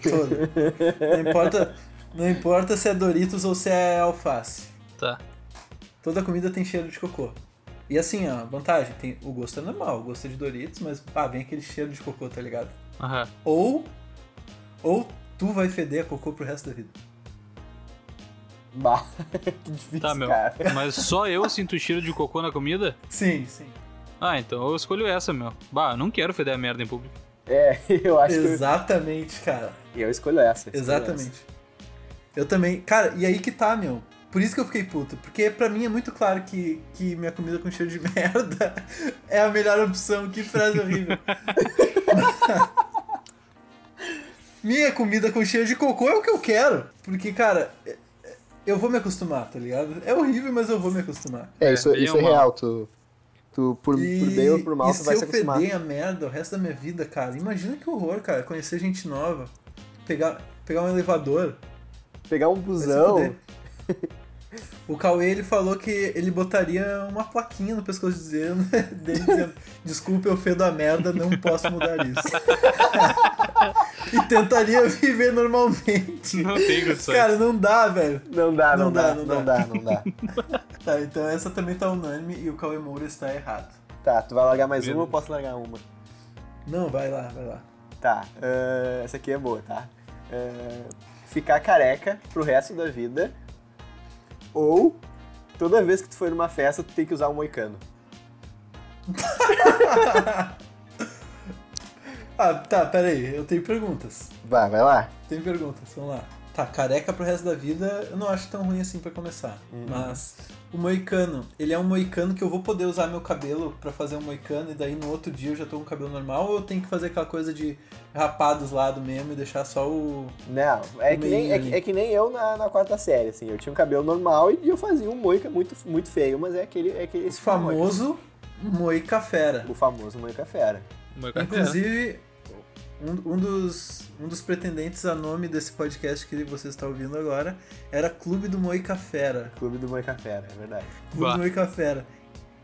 Speaker 1: Toda. Não importa, não importa se é Doritos ou se é alface.
Speaker 3: Tá.
Speaker 1: Toda comida tem cheiro de cocô. E assim, ó, vantagem, tem, o gosto é normal, o gosto é de Doritos, mas ah, vem aquele cheiro de cocô, tá ligado?
Speaker 3: Aham.
Speaker 1: Ou. Ou tu vai feder a cocô pro resto da vida.
Speaker 2: Bah, que difícil,
Speaker 3: Tá, meu.
Speaker 2: cara.
Speaker 3: Mas só eu sinto cheiro de cocô na comida?
Speaker 1: Sim, sim.
Speaker 3: Ah, então eu escolho essa, meu. Bah, eu não quero feder a merda em público.
Speaker 2: É, eu acho
Speaker 1: Exatamente, cara.
Speaker 2: que eu, eu escolho essa. eu escolho essa.
Speaker 1: Exatamente. Eu também. Cara, e aí que tá, meu. Por isso que eu fiquei puto. Porque pra mim é muito claro que, que minha comida com cheiro de merda é a melhor opção. Que frase horrível. minha comida com cheiro de cocô é o que eu quero. Porque, cara, é- é- eu vou me acostumar, tá ligado? É horrível, mas eu vou me acostumar.
Speaker 2: É, isso,
Speaker 3: É, bem
Speaker 2: isso é
Speaker 3: ou mal.
Speaker 2: real, tu, tu por,
Speaker 1: E-
Speaker 2: por bem ou por mal,
Speaker 1: e
Speaker 2: tu vai se acostumar.
Speaker 1: eu perder a merda o resto da minha vida, cara, imagina que horror, cara. Conhecer gente nova, pegar, pegar um elevador,
Speaker 2: Pegar um
Speaker 1: vai se
Speaker 2: busão,
Speaker 1: fuder. O Cauê, ele falou que ele botaria uma plaquinha no pescoço dizendo, dele dizendo desculpa, eu fedo a merda, não posso mudar isso. e tentaria viver normalmente.
Speaker 3: Não tem condições.
Speaker 1: Cara, não dá, velho.
Speaker 2: não dá, não,
Speaker 1: Não
Speaker 2: dá,
Speaker 1: dá, não
Speaker 2: não
Speaker 1: dá.
Speaker 2: dá, não dá.
Speaker 1: Tá, então essa também tá unânime e o Cauê Moura está errado.
Speaker 2: Tá, tu vai largar mais
Speaker 3: Meu
Speaker 2: uma, eu
Speaker 3: Deus.
Speaker 2: posso largar uma.
Speaker 1: Não, vai lá, vai lá.
Speaker 2: Tá, ahn, essa aqui é boa, tá? Ahn, ficar careca pro resto da vida ou toda vez que tu for numa festa, tu tem que usar um moicano.
Speaker 1: Ah, tá, pera aí. Eu tenho perguntas.
Speaker 2: Vai, vai lá.
Speaker 1: Tem perguntas, vamos lá. Tá, careca pro resto da vida, eu não acho tão ruim assim pra começar. Mas o moicano, ele é um moicano que eu vou poder usar meu cabelo pra fazer um moicano e daí no outro dia eu já tô com o cabelo normal ou eu tenho que fazer aquela coisa de rapar dos lados mesmo e deixar só o.
Speaker 2: Não, é que,
Speaker 1: Meio
Speaker 2: nem, é, que-
Speaker 1: ali.
Speaker 2: é que nem eu na, na quarta série, assim. Eu tinha um cabelo normal e eu fazia um moica muito, muito feio, mas é aquele. É aquele
Speaker 1: Esse famoso moica fera.
Speaker 2: O famoso moica fera.
Speaker 3: Meu cabelo.
Speaker 1: Inclusive, um, um dos, um dos pretendentes a nome desse podcast que você está ouvindo agora era Clube do Moica Fera.
Speaker 2: Clube do moica fera, é verdade.
Speaker 1: Clube
Speaker 3: Bah.
Speaker 1: do Moica Fera.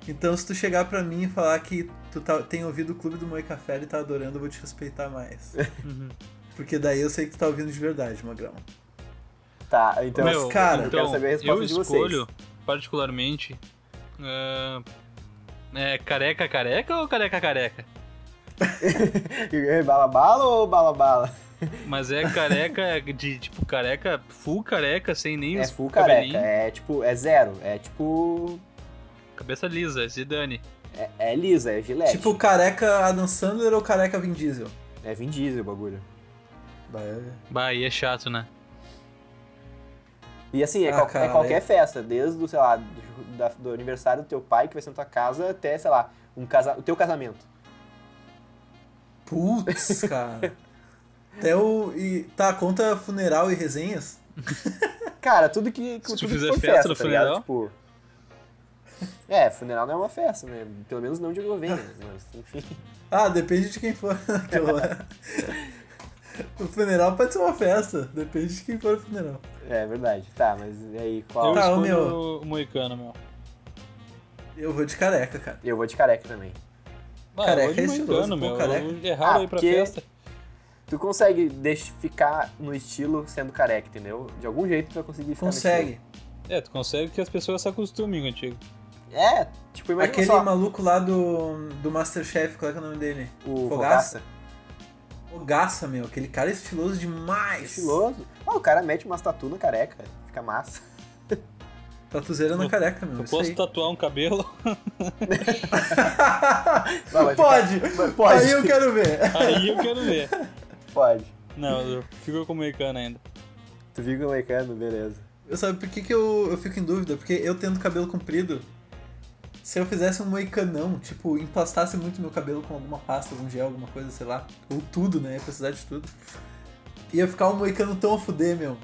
Speaker 1: Então, se tu chegar pra mim e falar que tu tá- tem ouvido o Clube do Moica Fera e tá adorando, eu vou te respeitar mais.
Speaker 3: Uhum.
Speaker 1: Porque daí eu sei que tu tá ouvindo de verdade, Magrão.
Speaker 2: Tá, então.
Speaker 1: Meu, cara,
Speaker 2: eu quero saber a resposta
Speaker 3: eu
Speaker 2: de vocês.
Speaker 3: escolho, particularmente, ah, é careca careca ou careca careca?
Speaker 2: É bala bala ou bala bala?
Speaker 3: Mas é careca de, tipo, careca, full careca, sem nem
Speaker 2: É
Speaker 3: os
Speaker 2: full
Speaker 3: cabelinhos.
Speaker 2: careca. É tipo, é zero. É tipo.
Speaker 3: Cabeça lisa, Zidane.
Speaker 2: É, é lisa, é gilete.
Speaker 1: Tipo careca Adam Sandler ou careca Vin Diesel?
Speaker 2: É Vin Diesel o bagulho.
Speaker 1: Bah, é-
Speaker 3: Bah, aí é chato, né?
Speaker 2: E assim, é,
Speaker 1: Ah,
Speaker 2: qual- é
Speaker 1: cara,
Speaker 2: qualquer
Speaker 1: é-
Speaker 2: festa, desde, o, sei lá, do, da- do aniversário do teu pai que vai ser na tua casa até, sei lá, um casa, o teu casamento.
Speaker 1: Putz, cara. Até o. E, tá, conta funeral e resenhas?
Speaker 2: Cara, tudo que.
Speaker 3: Se tu
Speaker 2: tudo que
Speaker 3: fizer
Speaker 2: for
Speaker 3: festa no
Speaker 2: tá ligado?
Speaker 3: funeral?
Speaker 2: Tipo. É, funeral não é uma festa, né? Pelo menos não de governo, né? mas enfim.
Speaker 1: Ah, depende de quem for. Aquela- o funeral pode ser uma festa. Depende de quem for o funeral.
Speaker 2: É verdade. Tá, mas e aí,
Speaker 3: Eu
Speaker 2: qual?
Speaker 1: Tá, ô,
Speaker 3: escolho
Speaker 1: meu.
Speaker 3: o moicano, meu.
Speaker 1: Eu vou de careca, cara.
Speaker 2: Eu vou de careca também.
Speaker 3: Ah,
Speaker 1: Careca
Speaker 3: eu vou de
Speaker 1: é estiloso,
Speaker 3: moicano,
Speaker 1: pô,
Speaker 3: meu.
Speaker 1: careca.
Speaker 3: Eu- É raro
Speaker 2: Ah,
Speaker 3: aí pra
Speaker 2: porque-
Speaker 3: festa.
Speaker 2: Tu consegue deix- ficar no estilo sendo careca, entendeu? De algum jeito tu vai conseguir ficar no
Speaker 1: Consegue.
Speaker 3: É, tu consegue que as pessoas se acostumem contigo.
Speaker 2: estilo. É, tipo, imagina
Speaker 1: Aquele
Speaker 2: só,
Speaker 1: maluco lá do, do Masterchef, qual é, que é o nome dele?
Speaker 2: o
Speaker 1: Fogaça?
Speaker 2: Fogaça.
Speaker 1: O Gaça, meu. Aquele cara é estiloso demais.
Speaker 2: Estiloso. Ah, o cara mete umas tatu na careca, fica massa.
Speaker 1: Tatuzeira na
Speaker 3: Eu-
Speaker 1: careca, meu.
Speaker 3: Eu
Speaker 1: isso
Speaker 3: posso
Speaker 1: aí.
Speaker 3: tatuar um cabelo,
Speaker 2: Vai, vai
Speaker 1: Pode!
Speaker 2: Vai, Pode,
Speaker 1: Aí eu quero ver.
Speaker 3: aí eu quero ver.
Speaker 2: pode.
Speaker 3: Não, eu fico com o moicano ainda.
Speaker 2: Tu fica moicano, beleza.
Speaker 1: Eu sabe por que, que eu, eu fico em dúvida? Porque eu tendo cabelo comprido, se eu fizesse um moicanão, tipo, emplastasse muito meu cabelo com alguma pasta, algum gel, alguma coisa, sei lá, ou tudo, né? Ia precisar de tudo. Ia ficar um moicano tão a fuder, meu.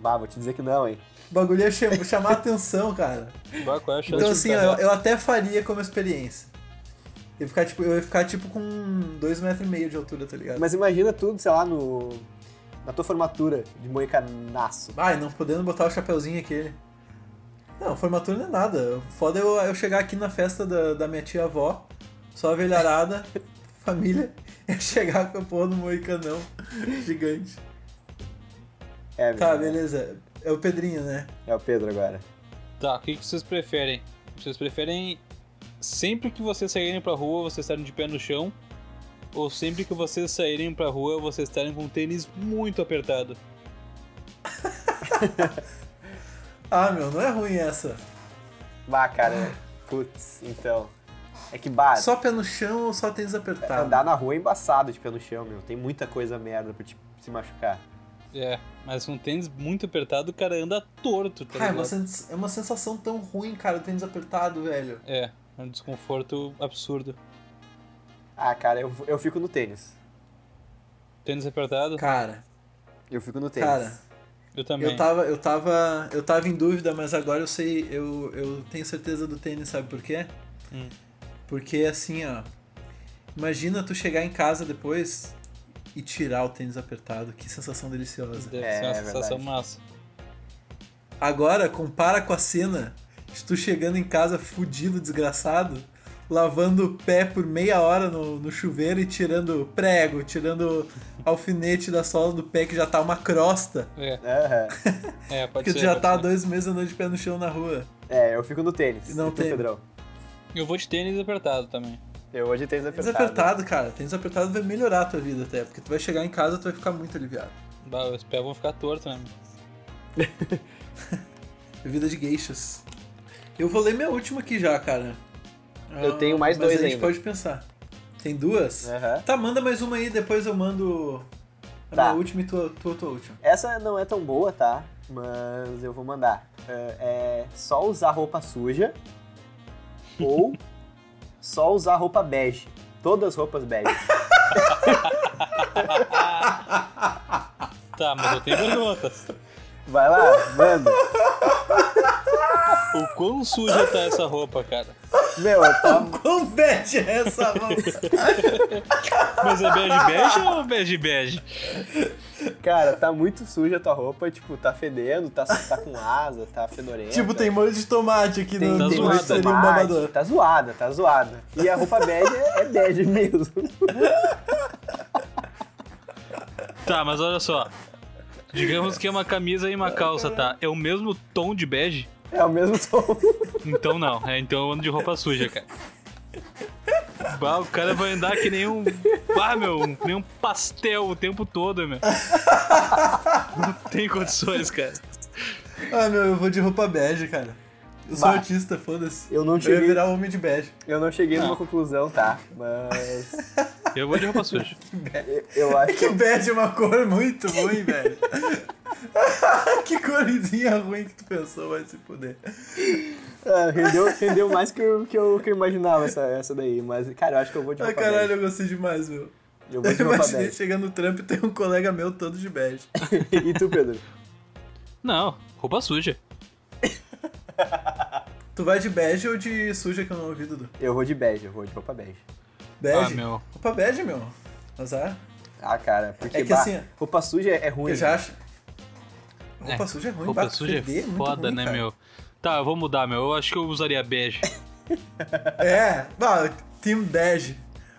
Speaker 2: Bah, vou te dizer que não, hein.
Speaker 1: O bagulho ia cham- chamar atenção, cara.
Speaker 3: Bah, qual é a chance
Speaker 1: Então
Speaker 3: de
Speaker 1: assim, ó, eu,
Speaker 3: careca?
Speaker 1: eu até faria como experiência. Eu ia ficar, tipo, eu ia ficar tipo com dois metros e meio de altura, tá ligado?
Speaker 2: Mas imagina tudo, sei lá, no. Na tua formatura de moicanaço.
Speaker 1: Ai, não podendo botar o chapeuzinho aquele. Não, formatura não é nada. Foda eu, eu chegar aqui na festa da, da minha tia avó, só a velharada, família, eu chegar com a porra do moicanão gigante.
Speaker 2: É,
Speaker 1: Tá,
Speaker 2: meu,
Speaker 1: beleza. É o Pedrinho, né?
Speaker 2: É o Pedro agora.
Speaker 3: Tá, o que, que vocês preferem? Vocês preferem sempre que vocês saírem pra rua, vocês estarem de pé no chão? Ou sempre que vocês saírem pra rua, vocês estarem com um tênis muito apertado?
Speaker 1: Ah, meu, não é ruim essa.
Speaker 2: Bah, cara. Putz, então. É que bah,
Speaker 1: Só pé no chão ou só tênis apertado?
Speaker 2: andar na rua é embaçado de pé no chão, meu. Tem muita coisa merda pra te se machucar.
Speaker 3: É, mas um tênis muito apertado, o cara anda torto, tá
Speaker 1: Ah, é,
Speaker 3: ligado?
Speaker 1: uma sens- é uma sensação tão ruim, cara, tênis apertado, velho.
Speaker 3: É, é um desconforto absurdo.
Speaker 2: Ah, cara, eu, eu fico no tênis.
Speaker 3: Tênis apertado?
Speaker 1: Cara,
Speaker 2: Eu fico no tênis.
Speaker 1: cara,
Speaker 3: Eu também.
Speaker 1: Eu tava, eu tava, eu tava em dúvida, mas agora eu sei, eu, eu tenho certeza do tênis, sabe por quê?
Speaker 3: Hum.
Speaker 1: Porque assim, ó, imagina tu chegar em casa depois e tirar o tênis apertado, que sensação deliciosa.
Speaker 3: Deve
Speaker 2: É,
Speaker 3: ser uma
Speaker 2: é
Speaker 3: sensação
Speaker 2: verdade.
Speaker 3: massa.
Speaker 1: Agora compara com a cena de tu chegando em casa fudido, desgraçado, lavando o pé por meia hora no, no chuveiro e tirando prego, tirando alfinete da sola do pé que já tá uma crosta,
Speaker 3: É,
Speaker 2: Aham.
Speaker 3: é pode
Speaker 1: porque
Speaker 3: ser.
Speaker 1: tu já
Speaker 3: pode
Speaker 1: tá há
Speaker 3: ser.
Speaker 1: dois meses andando de pé no chão na rua.
Speaker 2: É, eu fico no tênis.
Speaker 1: Não
Speaker 2: E tu,
Speaker 1: tem.
Speaker 2: Pedrão.
Speaker 3: Eu vou de tênis apertado também.
Speaker 2: Eu hoje tênis
Speaker 1: Tênis
Speaker 2: apertado.
Speaker 1: apertado, cara. Tênis apertado vai melhorar a tua vida até, porque tu vai chegar em casa e tu vai ficar muito aliviado.
Speaker 3: Bah, os pés vão ficar tortos, né? meu?
Speaker 1: É Vida de geixas. Eu vou ler minha última aqui já, cara. Ah,
Speaker 2: Eu tenho mais
Speaker 1: mas
Speaker 2: dois
Speaker 1: a gente
Speaker 2: ainda. É.
Speaker 1: pode pensar. Tem duas?
Speaker 2: Aham.
Speaker 1: Tá, manda mais uma aí, depois eu mando a
Speaker 2: Tá.
Speaker 1: minha última e tua, tua, tua última.
Speaker 2: Essa não é tão boa, tá? Mas eu vou mandar. É é só usar roupa suja ou só usar roupa bege. Todas as roupas bege.
Speaker 3: Tá, mas eu tenho perguntas.
Speaker 2: Vai lá, manda.
Speaker 3: O quão suja tá essa roupa, cara?
Speaker 2: Meu, tá, eu tô
Speaker 1: Quão bad é essa mão?
Speaker 3: Mas é bege bege ou bege bege?
Speaker 2: Cara, tá muito suja a tua roupa, tipo, tá fedendo, tá, tá com asa, tá fedorenta.
Speaker 1: tipo, tem molho de tomate aqui
Speaker 2: tem,
Speaker 1: no
Speaker 3: tá
Speaker 1: no-
Speaker 2: tem
Speaker 3: zoado.
Speaker 2: muito
Speaker 1: seria um
Speaker 2: tomate,
Speaker 1: babador.
Speaker 2: Tá zoada, tá zoada. E a roupa bege é, é bege mesmo.
Speaker 3: Tá, mas olha só. Digamos que é uma camisa e uma calça, tá? É o mesmo tom de bege?
Speaker 2: É o mesmo som.
Speaker 3: Então não. É, então eu ando de roupa suja, cara. Bah, o cara vai andar que nem um. Ah, meu, que nem um pastel o tempo todo, meu. Não tem condições, cara.
Speaker 1: Ah, meu, eu vou de roupa bege, cara. Eu sou
Speaker 2: Bah.
Speaker 1: artista, foda-se.
Speaker 2: Eu não
Speaker 1: Eu ia
Speaker 2: cheguei-
Speaker 1: virar homem de bege.
Speaker 2: Eu não cheguei
Speaker 1: Ah.
Speaker 3: Não.
Speaker 2: numa conclusão, tá? Mas
Speaker 3: Eu vou de roupa suja.
Speaker 2: eu acho que
Speaker 1: Que bege é uma cor muito ruim, velho. que corzinha ruim que tu pensou, vai se fuder.
Speaker 2: ah, rendeu, rendeu mais que eu, que eu, que eu imaginava essa, essa daí. Mas, cara, eu acho que eu vou de
Speaker 1: Ah,
Speaker 2: roupa
Speaker 1: caralho,
Speaker 2: bege.
Speaker 1: eu gostei demais, meu.
Speaker 2: Eu vou de
Speaker 1: Eu
Speaker 2: roupa
Speaker 1: imaginei
Speaker 2: bege.
Speaker 1: chegando no Trump e tem um colega meu todo de bege.
Speaker 2: E tu, Pedro?
Speaker 3: Não, roupa suja.
Speaker 1: Tu vai de bege ou de suja que eu não ouvi, Dudu?
Speaker 2: Eu vou de bege, eu vou de roupa bege.
Speaker 1: Bege?
Speaker 3: Ah, meu.
Speaker 1: Roupa bege, meu. Azar.
Speaker 2: Ah, cara, porque
Speaker 1: É que
Speaker 2: bah,
Speaker 1: assim, ó,
Speaker 2: roupa suja é é ruim.
Speaker 1: Eu já acho. Roupa
Speaker 3: É,
Speaker 1: suja é ruim,
Speaker 3: Roupa
Speaker 1: bah,
Speaker 3: suja
Speaker 1: feder
Speaker 3: é
Speaker 1: muito
Speaker 3: foda,
Speaker 1: ruim,
Speaker 3: né,
Speaker 1: cara.
Speaker 3: meu? Tá, eu vou mudar, meu. Eu acho que eu usaria bege.
Speaker 1: É, bah, Team Bege.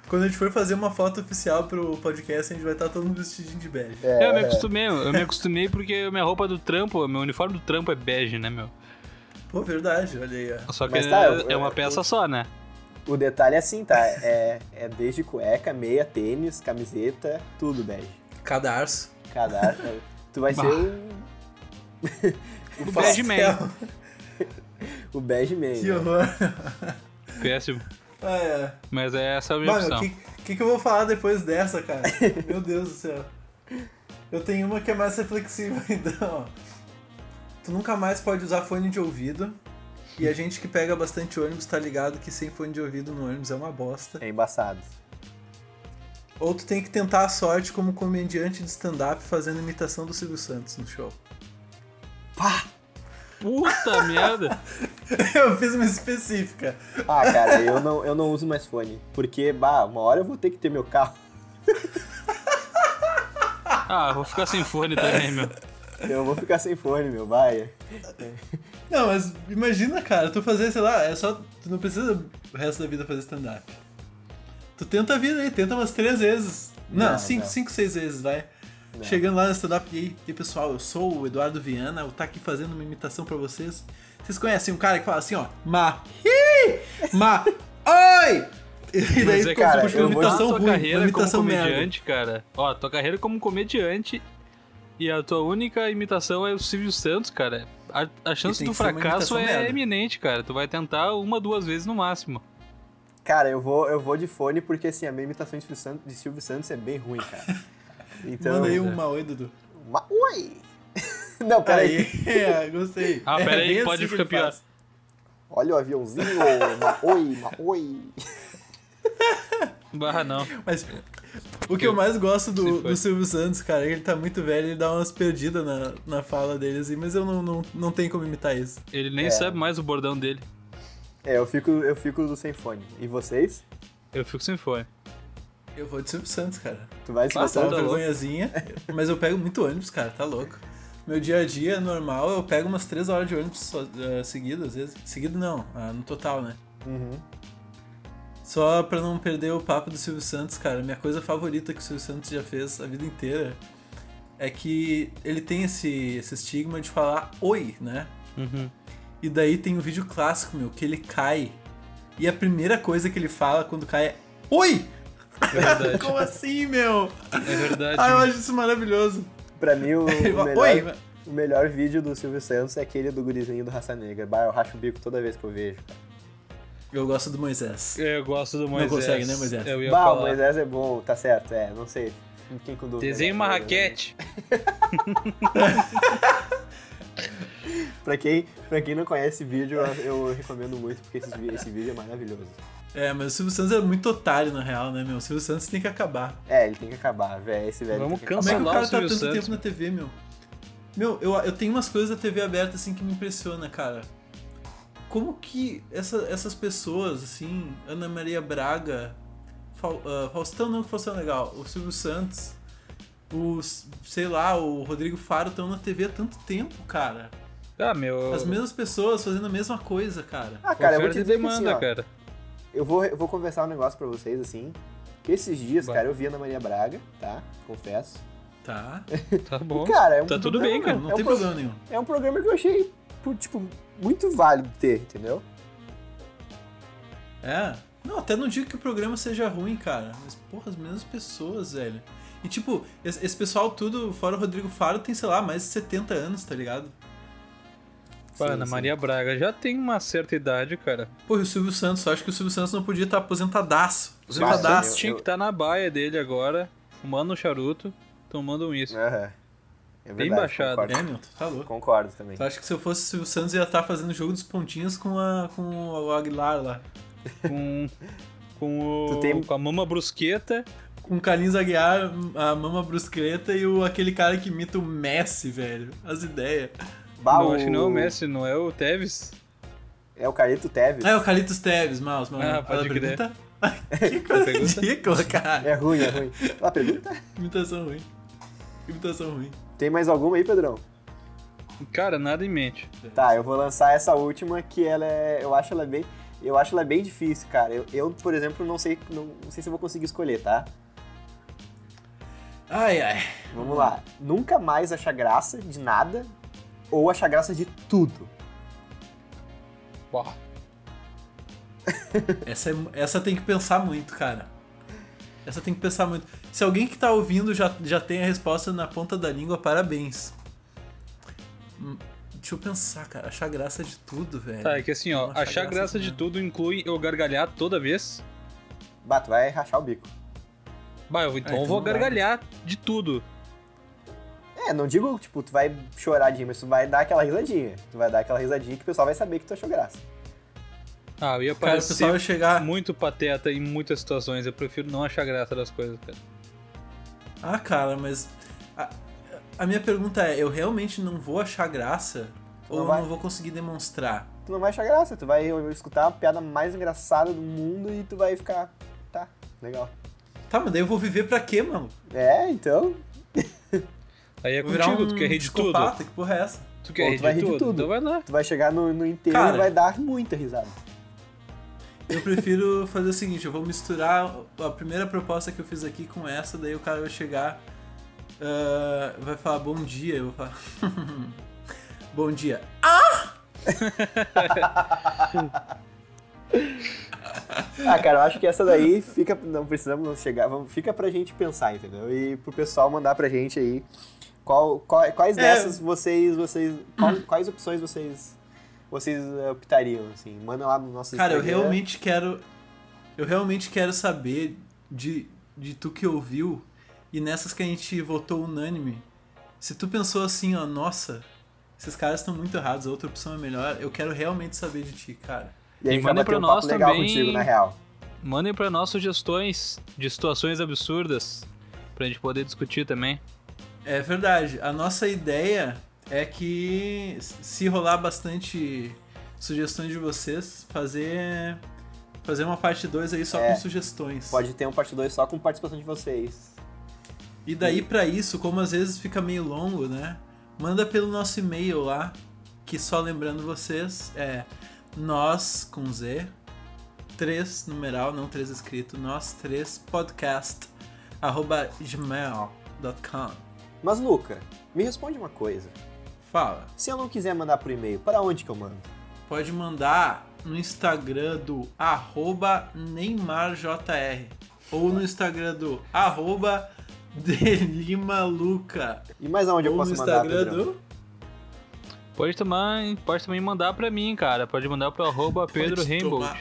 Speaker 1: Quando a gente for fazer uma foto oficial pro podcast, a gente vai estar todo mundo vestidinho de bege.
Speaker 2: É,
Speaker 3: Eu me acostumei, eu me acostumei porque minha roupa é do trampo, meu uniforme do trampo é bege, né, meu?
Speaker 1: Pô, verdade, olha aí, ó.
Speaker 3: Só que
Speaker 2: Mas tá, eu-
Speaker 3: é uma
Speaker 2: eu-
Speaker 3: peça só, né?
Speaker 2: O detalhe é assim, tá? É, é desde cueca, meia, tênis, camiseta, tudo bege.
Speaker 1: Cadarço.
Speaker 2: Cadastro. Tu vai ser
Speaker 3: Bah.
Speaker 2: o,
Speaker 3: O bege man.
Speaker 1: Pastel.
Speaker 2: o bege man.
Speaker 1: Que
Speaker 2: né?
Speaker 1: horror.
Speaker 3: Péssimo.
Speaker 1: Ah, é.
Speaker 3: Mas é essa a minha
Speaker 1: Mano, o
Speaker 3: opção.
Speaker 1: que, que, que eu vou falar depois dessa, cara? Meu Deus do céu. Eu tenho uma que é mais reflexiva, então. ó. Tu nunca mais pode usar fone de ouvido. E a gente que pega bastante ônibus tá ligado que sem fone de ouvido no ônibus é uma bosta.
Speaker 2: É embaçado.
Speaker 1: Ou tu tem que tentar a sorte como comediante de stand-up fazendo imitação do Silvio Santos no show.
Speaker 3: Puta merda!
Speaker 1: Eu fiz uma específica.
Speaker 2: Ah, cara, eu não, eu não uso mais fone. Porque, bah, uma hora eu vou ter que ter meu carro.
Speaker 3: Ah, vou ficar sem fone também, meu.
Speaker 2: Eu vou ficar sem fone, meu, vai.
Speaker 1: Não, mas imagina, cara, tu fazer, sei lá, é só. Tu não precisa o resto da vida fazer stand-up. Tu tenta a vida aí, tenta umas três vezes. Não,
Speaker 2: Não,
Speaker 1: cinco,
Speaker 2: não.
Speaker 1: cinho, seis vezes, vai.
Speaker 2: Não.
Speaker 1: Chegando lá no stand-up e aí, e aí, pessoal, eu sou o Eduardo Viana, eu tá aqui fazendo uma imitação pra vocês. Vocês conhecem um cara que fala assim, ó, ma hi, ma oi! E daí
Speaker 3: Mas é,
Speaker 1: tu
Speaker 3: cara,
Speaker 1: puxa
Speaker 2: eu
Speaker 1: uma
Speaker 2: vou
Speaker 3: Tá a
Speaker 1: imitação
Speaker 3: tua
Speaker 1: ruim, uma
Speaker 3: carreira como
Speaker 1: imitação merda.
Speaker 3: comediante, cara. Ó, tua carreira como comediante e a tua única imitação é o Silvio Santos, cara. A, a chance
Speaker 1: E tem
Speaker 3: do
Speaker 1: que ser uma
Speaker 3: fracasso
Speaker 1: imitação
Speaker 3: é
Speaker 1: merda.
Speaker 3: eminente, cara. Tu vai tentar uma, duas vezes no máximo.
Speaker 2: Cara, eu vou, eu vou de fone porque, assim, a minha imitação de Silvio Santos, de Silvio Santos é bem ruim, cara. Então.
Speaker 1: Manda aí um.
Speaker 3: né?
Speaker 1: uma oi, Dudu.
Speaker 2: Uma... Oi! Não, peraí.
Speaker 1: Aí, é, gostei.
Speaker 3: Ah, pera
Speaker 1: É
Speaker 3: aí,
Speaker 1: bem
Speaker 3: pode
Speaker 1: assim que
Speaker 3: ficar
Speaker 1: ele
Speaker 3: pior.
Speaker 1: faz.
Speaker 2: Olha o aviãozinho, uma oi, uma oi.
Speaker 3: Barra não.
Speaker 1: Mas o que eu mais gosto do,
Speaker 3: Se foi.
Speaker 1: do Silvio Santos, cara, é que ele tá muito velho, ele dá umas perdidas na, na fala dele, assim, mas eu não, não, não tenho como imitar isso.
Speaker 3: Ele nem
Speaker 2: É.
Speaker 3: sabe mais o bordão dele.
Speaker 2: É, eu fico, eu fico sem fone. E vocês?
Speaker 3: Eu fico sem fone.
Speaker 1: Eu vou de Silvio Santos, cara.
Speaker 2: Tu vai
Speaker 3: Ah,
Speaker 1: Só
Speaker 2: escutar
Speaker 3: tá
Speaker 1: uma
Speaker 3: louco.
Speaker 1: vergonhazinha, mas eu pego muito ônibus, cara, tá louco. Meu dia a dia normal, eu pego umas 3 horas de ônibus so- eh, seguido, às vezes. Seguido não, ah, no total, né?
Speaker 2: Uhum.
Speaker 1: Só pra não perder o papo do Silvio Santos, cara, minha coisa favorita que o Silvio Santos já fez a vida inteira é que ele tem esse, esse estigma de falar oi, né?
Speaker 3: Uhum.
Speaker 1: E daí tem um vídeo clássico, meu, que ele cai. E a primeira coisa que ele fala quando cai é Oi!
Speaker 3: É verdade.
Speaker 1: Como assim, meu?
Speaker 3: É verdade.
Speaker 1: Ah, eu acho isso maravilhoso.
Speaker 2: Pra mim, o,
Speaker 1: Ele
Speaker 2: o
Speaker 1: fala,
Speaker 2: melhor...
Speaker 1: Oi!
Speaker 2: O melhor vídeo do Silvio Santos é aquele do gurizinho do Raça Negra. Bah, eu racho o bico toda vez que eu vejo.
Speaker 1: Eu gosto do Moisés.
Speaker 3: É, Eu gosto do Moisés.
Speaker 1: consegue, né, Moisés?
Speaker 3: Eu ia
Speaker 2: Bah, o
Speaker 3: falar.
Speaker 2: Moisés é bom, tá certo, é, não sei. Fiquei com dúvida. né?
Speaker 3: Desenhe uma raquete.
Speaker 2: Pra quem, pra quem não conhece esse vídeo, eu, eu recomendo muito, porque esse, vi- esse vídeo é maravilhoso.
Speaker 1: É, mas o Silvio Santos é muito otário, na real, né, meu? O Silvio Santos tem que acabar.
Speaker 2: É, ele tem que acabar, velho. Esse velho.
Speaker 3: Vamos
Speaker 2: tem que
Speaker 1: Como é que o
Speaker 3: Cancelar
Speaker 1: cara
Speaker 3: o
Speaker 1: tá
Speaker 3: Silvio
Speaker 1: tanto
Speaker 3: Santos,
Speaker 1: tempo na TV, meu? Meu, eu, eu tenho umas coisas da TV aberta, assim, que me impressiona, cara. Como que essa- essas pessoas, assim, Ana Maria Braga, Fau- ah, Faustão não, que Faustão é legal, o Silvio Santos, o, s- sei lá, o Rodrigo Faro estão na TV há tanto tempo, cara.
Speaker 3: Ah, meu.
Speaker 1: As mesmas pessoas fazendo a mesma coisa, cara.
Speaker 2: Ah, cara, eu vou
Speaker 3: oferta
Speaker 2: te
Speaker 3: e
Speaker 2: dizer que, assim,
Speaker 3: demanda,
Speaker 2: ó,
Speaker 3: cara.
Speaker 2: Eu vou, eu vou conversar um negócio pra vocês, assim. Que esses dias,
Speaker 3: Vai.
Speaker 2: cara, eu vi Ana Maria Braga, tá? Confesso.
Speaker 1: Tá?
Speaker 3: Tá bom.
Speaker 2: Cara, é um,
Speaker 3: Tá tudo bem,
Speaker 1: Não,
Speaker 3: cara.
Speaker 1: meu, Não
Speaker 2: É um
Speaker 1: tem
Speaker 2: pro-
Speaker 1: problema nenhum.
Speaker 2: é um programa que eu achei, pu- tipo, muito válido ter, entendeu?
Speaker 1: É. Não, até não digo que o programa seja ruim, cara. Mas, porra, as mesmas pessoas, velho. E, tipo, esse, esse pessoal tudo, fora o Rodrigo Faro, tem, sei lá, mais de 70 anos, tá ligado?
Speaker 3: Pô, Ana Maria Braga já tem uma certa idade, cara.
Speaker 1: Pô, e o Silvio Santos, eu acho que o Silvio Santos não podia estar aposentadaço.
Speaker 3: O Silvio
Speaker 2: Nossa,
Speaker 1: Aposentadaço.
Speaker 3: Santos tinha
Speaker 2: eu-
Speaker 3: que estar na baia dele agora, fumando um charuto, tomando um uísque.
Speaker 2: Aham. É verdade,
Speaker 3: Bem baixado. né?
Speaker 2: Concordo,
Speaker 1: É, meu, tu tá louco.
Speaker 2: concordo também.
Speaker 1: Tu acha que se eu fosse o Silvio Santos ia estar fazendo jogo dos pontinhos com, a, com o Aguilar lá?
Speaker 3: Com, com, o,
Speaker 2: É. Tu tem-
Speaker 3: com a mama brusqueta.
Speaker 1: Com o Carlinhos Aguiar, a Mama Brusqueta e o, aquele cara que imita o Messi, velho. As ideias.
Speaker 2: Bah,
Speaker 3: não, acho que não é o Messi, não é o Tevez.
Speaker 2: É o Carlito Teves.
Speaker 1: Ah, é o Calitos Teves, Maus, mano.
Speaker 3: Ah, pode
Speaker 1: a
Speaker 3: crer.
Speaker 1: pergunta? que coisa
Speaker 3: pergunta?
Speaker 1: ridícula, cara.
Speaker 2: É ruim, é ruim. Ah, pergunta?
Speaker 1: Imitação ruim. Imitação ruim.
Speaker 2: Tem mais alguma aí, Pedrão?
Speaker 3: Cara, nada em mente.
Speaker 2: Tá, eu vou lançar essa última que ela é. Eu acho ela bem. Eu acho ela bem difícil, cara. Eu, eu, por exemplo, não sei, não, não sei se eu vou conseguir escolher, tá?
Speaker 1: Ai, ai.
Speaker 2: Vamos lá. Nunca mais achar graça de nada ou achar graça de tudo.
Speaker 3: Bah.
Speaker 1: Essa, é- essa tem que pensar muito, cara. Essa tem que pensar muito. Se alguém que tá ouvindo já, já tem a resposta na ponta da língua, parabéns. Hum, Deixa eu pensar, cara. Achar graça de tudo, velho.
Speaker 3: Tá, é que assim, ó,
Speaker 1: Não achar
Speaker 3: achar
Speaker 1: graça
Speaker 3: graça de
Speaker 1: nenhuma.
Speaker 3: tudo inclui eu gargalhar toda vez.
Speaker 2: Bato, vai rachar o bico.
Speaker 3: Bah, eu, então
Speaker 1: então
Speaker 3: eu vou
Speaker 1: não dá, né?
Speaker 3: gargalhar de tudo.
Speaker 2: É, não digo, tipo, tu vai chorar de rir, mas tu vai dar aquela risadinha. Tu vai dar aquela risadinha que o pessoal vai saber que tu achou graça.
Speaker 3: Ah, eu ia
Speaker 1: cara, o pessoal
Speaker 3: parecer
Speaker 1: vai chegar.
Speaker 3: muito pateta em muitas situações. Eu prefiro não achar graça das coisas, cara.
Speaker 1: Ah, cara, mas. A, a minha pergunta é: eu realmente não vou achar graça?
Speaker 2: Não
Speaker 1: Ou eu
Speaker 2: vai?
Speaker 1: não vou conseguir demonstrar?
Speaker 2: Tu não vai achar graça, tu vai escutar a piada mais engraçada do mundo e tu vai ficar. Tá, legal.
Speaker 1: Tá, mas daí eu vou viver pra quê, mano?
Speaker 2: É, então.
Speaker 3: Aí é
Speaker 1: Vou virar
Speaker 3: contigo,
Speaker 1: um
Speaker 3: tu quer rir de tudo.
Speaker 1: psicopata? Que porra é essa?
Speaker 3: Tu
Speaker 2: Ou
Speaker 3: quer
Speaker 2: tu
Speaker 3: rir
Speaker 2: vai
Speaker 3: de
Speaker 2: rir de
Speaker 3: tudo.
Speaker 2: tudo.
Speaker 3: Então vai lá.
Speaker 2: Tu vai chegar no, no inteiro
Speaker 1: Cara.
Speaker 2: e vai dar muita risada.
Speaker 1: Eu prefiro fazer o seguinte, eu vou misturar a primeira proposta que eu fiz aqui com essa, daí o cara vai chegar, ah, vai falar bom dia, eu vou falar bom dia.
Speaker 2: Ah, cara, eu acho que essa daí fica. Não precisamos não chegar. Vamos, fica pra gente pensar, entendeu? E pro pessoal mandar pra gente aí qual, qual- quais
Speaker 1: É.
Speaker 2: dessas vocês. vocês qual- quais, opções vocês. Vocês eh, optariam, assim? Manda lá no nosso
Speaker 1: Cara, eu
Speaker 2: Instagram.
Speaker 1: realmente quero, eu realmente quero saber de, de tu que ouviu e nessas que a gente votou unânime, se tu pensou assim, ó, nossa, esses caras estão muito errados, a outra opção é melhor, eu quero realmente saber de ti, cara.
Speaker 2: E a
Speaker 3: E
Speaker 2: gente vai
Speaker 3: manda
Speaker 2: bater um
Speaker 3: pra
Speaker 2: papo
Speaker 3: nós
Speaker 2: legal
Speaker 3: também.
Speaker 2: contigo, na real.
Speaker 3: Mandem pra nós sugestões de situações absurdas pra gente poder discutir também.
Speaker 1: É verdade. A nossa ideia é que se rolar bastante sugestões de vocês, fazer fazer uma parte 2 aí só
Speaker 2: É.
Speaker 1: com sugestões.
Speaker 2: Pode ter um parte 2 só com participação de vocês.
Speaker 1: E daí pra isso, como às vezes fica meio longo, né? Manda pelo nosso e-mail lá, que só lembrando vocês é nós com z 3 numeral, não 3 escrito, nós 3 podcast arroba gmail.com.
Speaker 2: Mas, Luca, me responde uma coisa.
Speaker 1: Fala.
Speaker 2: Se eu não quiser mandar por e-mail, para onde que eu mando?
Speaker 1: pode mandar no Instagram do arroba NeymarJR ou no Instagram do arroba DelimaLuca
Speaker 2: E mais aonde eu
Speaker 1: ou no
Speaker 2: posso mandar,
Speaker 1: Instagram
Speaker 2: Pedrão?
Speaker 1: do
Speaker 3: Pode também, pode também mandar pra mim, cara. Pode mandar pro arroba Pedro Rainbow.
Speaker 1: tomar,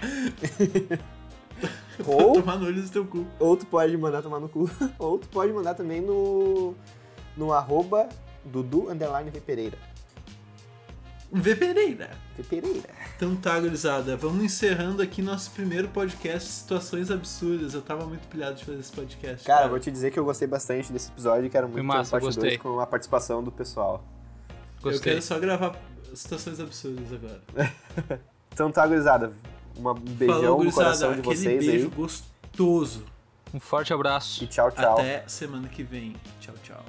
Speaker 2: Ou,
Speaker 1: tomar no olho do teu cu.
Speaker 2: ou tu pode mandar tomar no cu. Ou tu pode mandar também no. No arroba Dudu Underline V Pereira.
Speaker 1: Vê Pereira.
Speaker 2: V Pereira.
Speaker 1: né? Então tá, gurizada. Vamos encerrando aqui nosso primeiro podcast Situações Absurdas. Eu tava muito pilhado de fazer esse podcast.
Speaker 2: Cara, eu vou te dizer que eu gostei bastante desse episódio e quero muito ter um
Speaker 3: massa,
Speaker 2: parte
Speaker 3: gostei.
Speaker 2: 2 com a participação do pessoal.
Speaker 1: eu
Speaker 3: Gostei.
Speaker 1: quero só gravar Situações Absurdas agora.
Speaker 2: Então tá, gurizada. Uma, um beijão
Speaker 1: Falou,
Speaker 2: no
Speaker 1: gurizada.
Speaker 2: coração de
Speaker 1: Aquele
Speaker 2: vocês
Speaker 1: beijo
Speaker 2: aí.
Speaker 1: gostoso.
Speaker 3: Um forte abraço.
Speaker 2: E tchau, tchau.
Speaker 1: Até semana que vem. Tchau, tchau.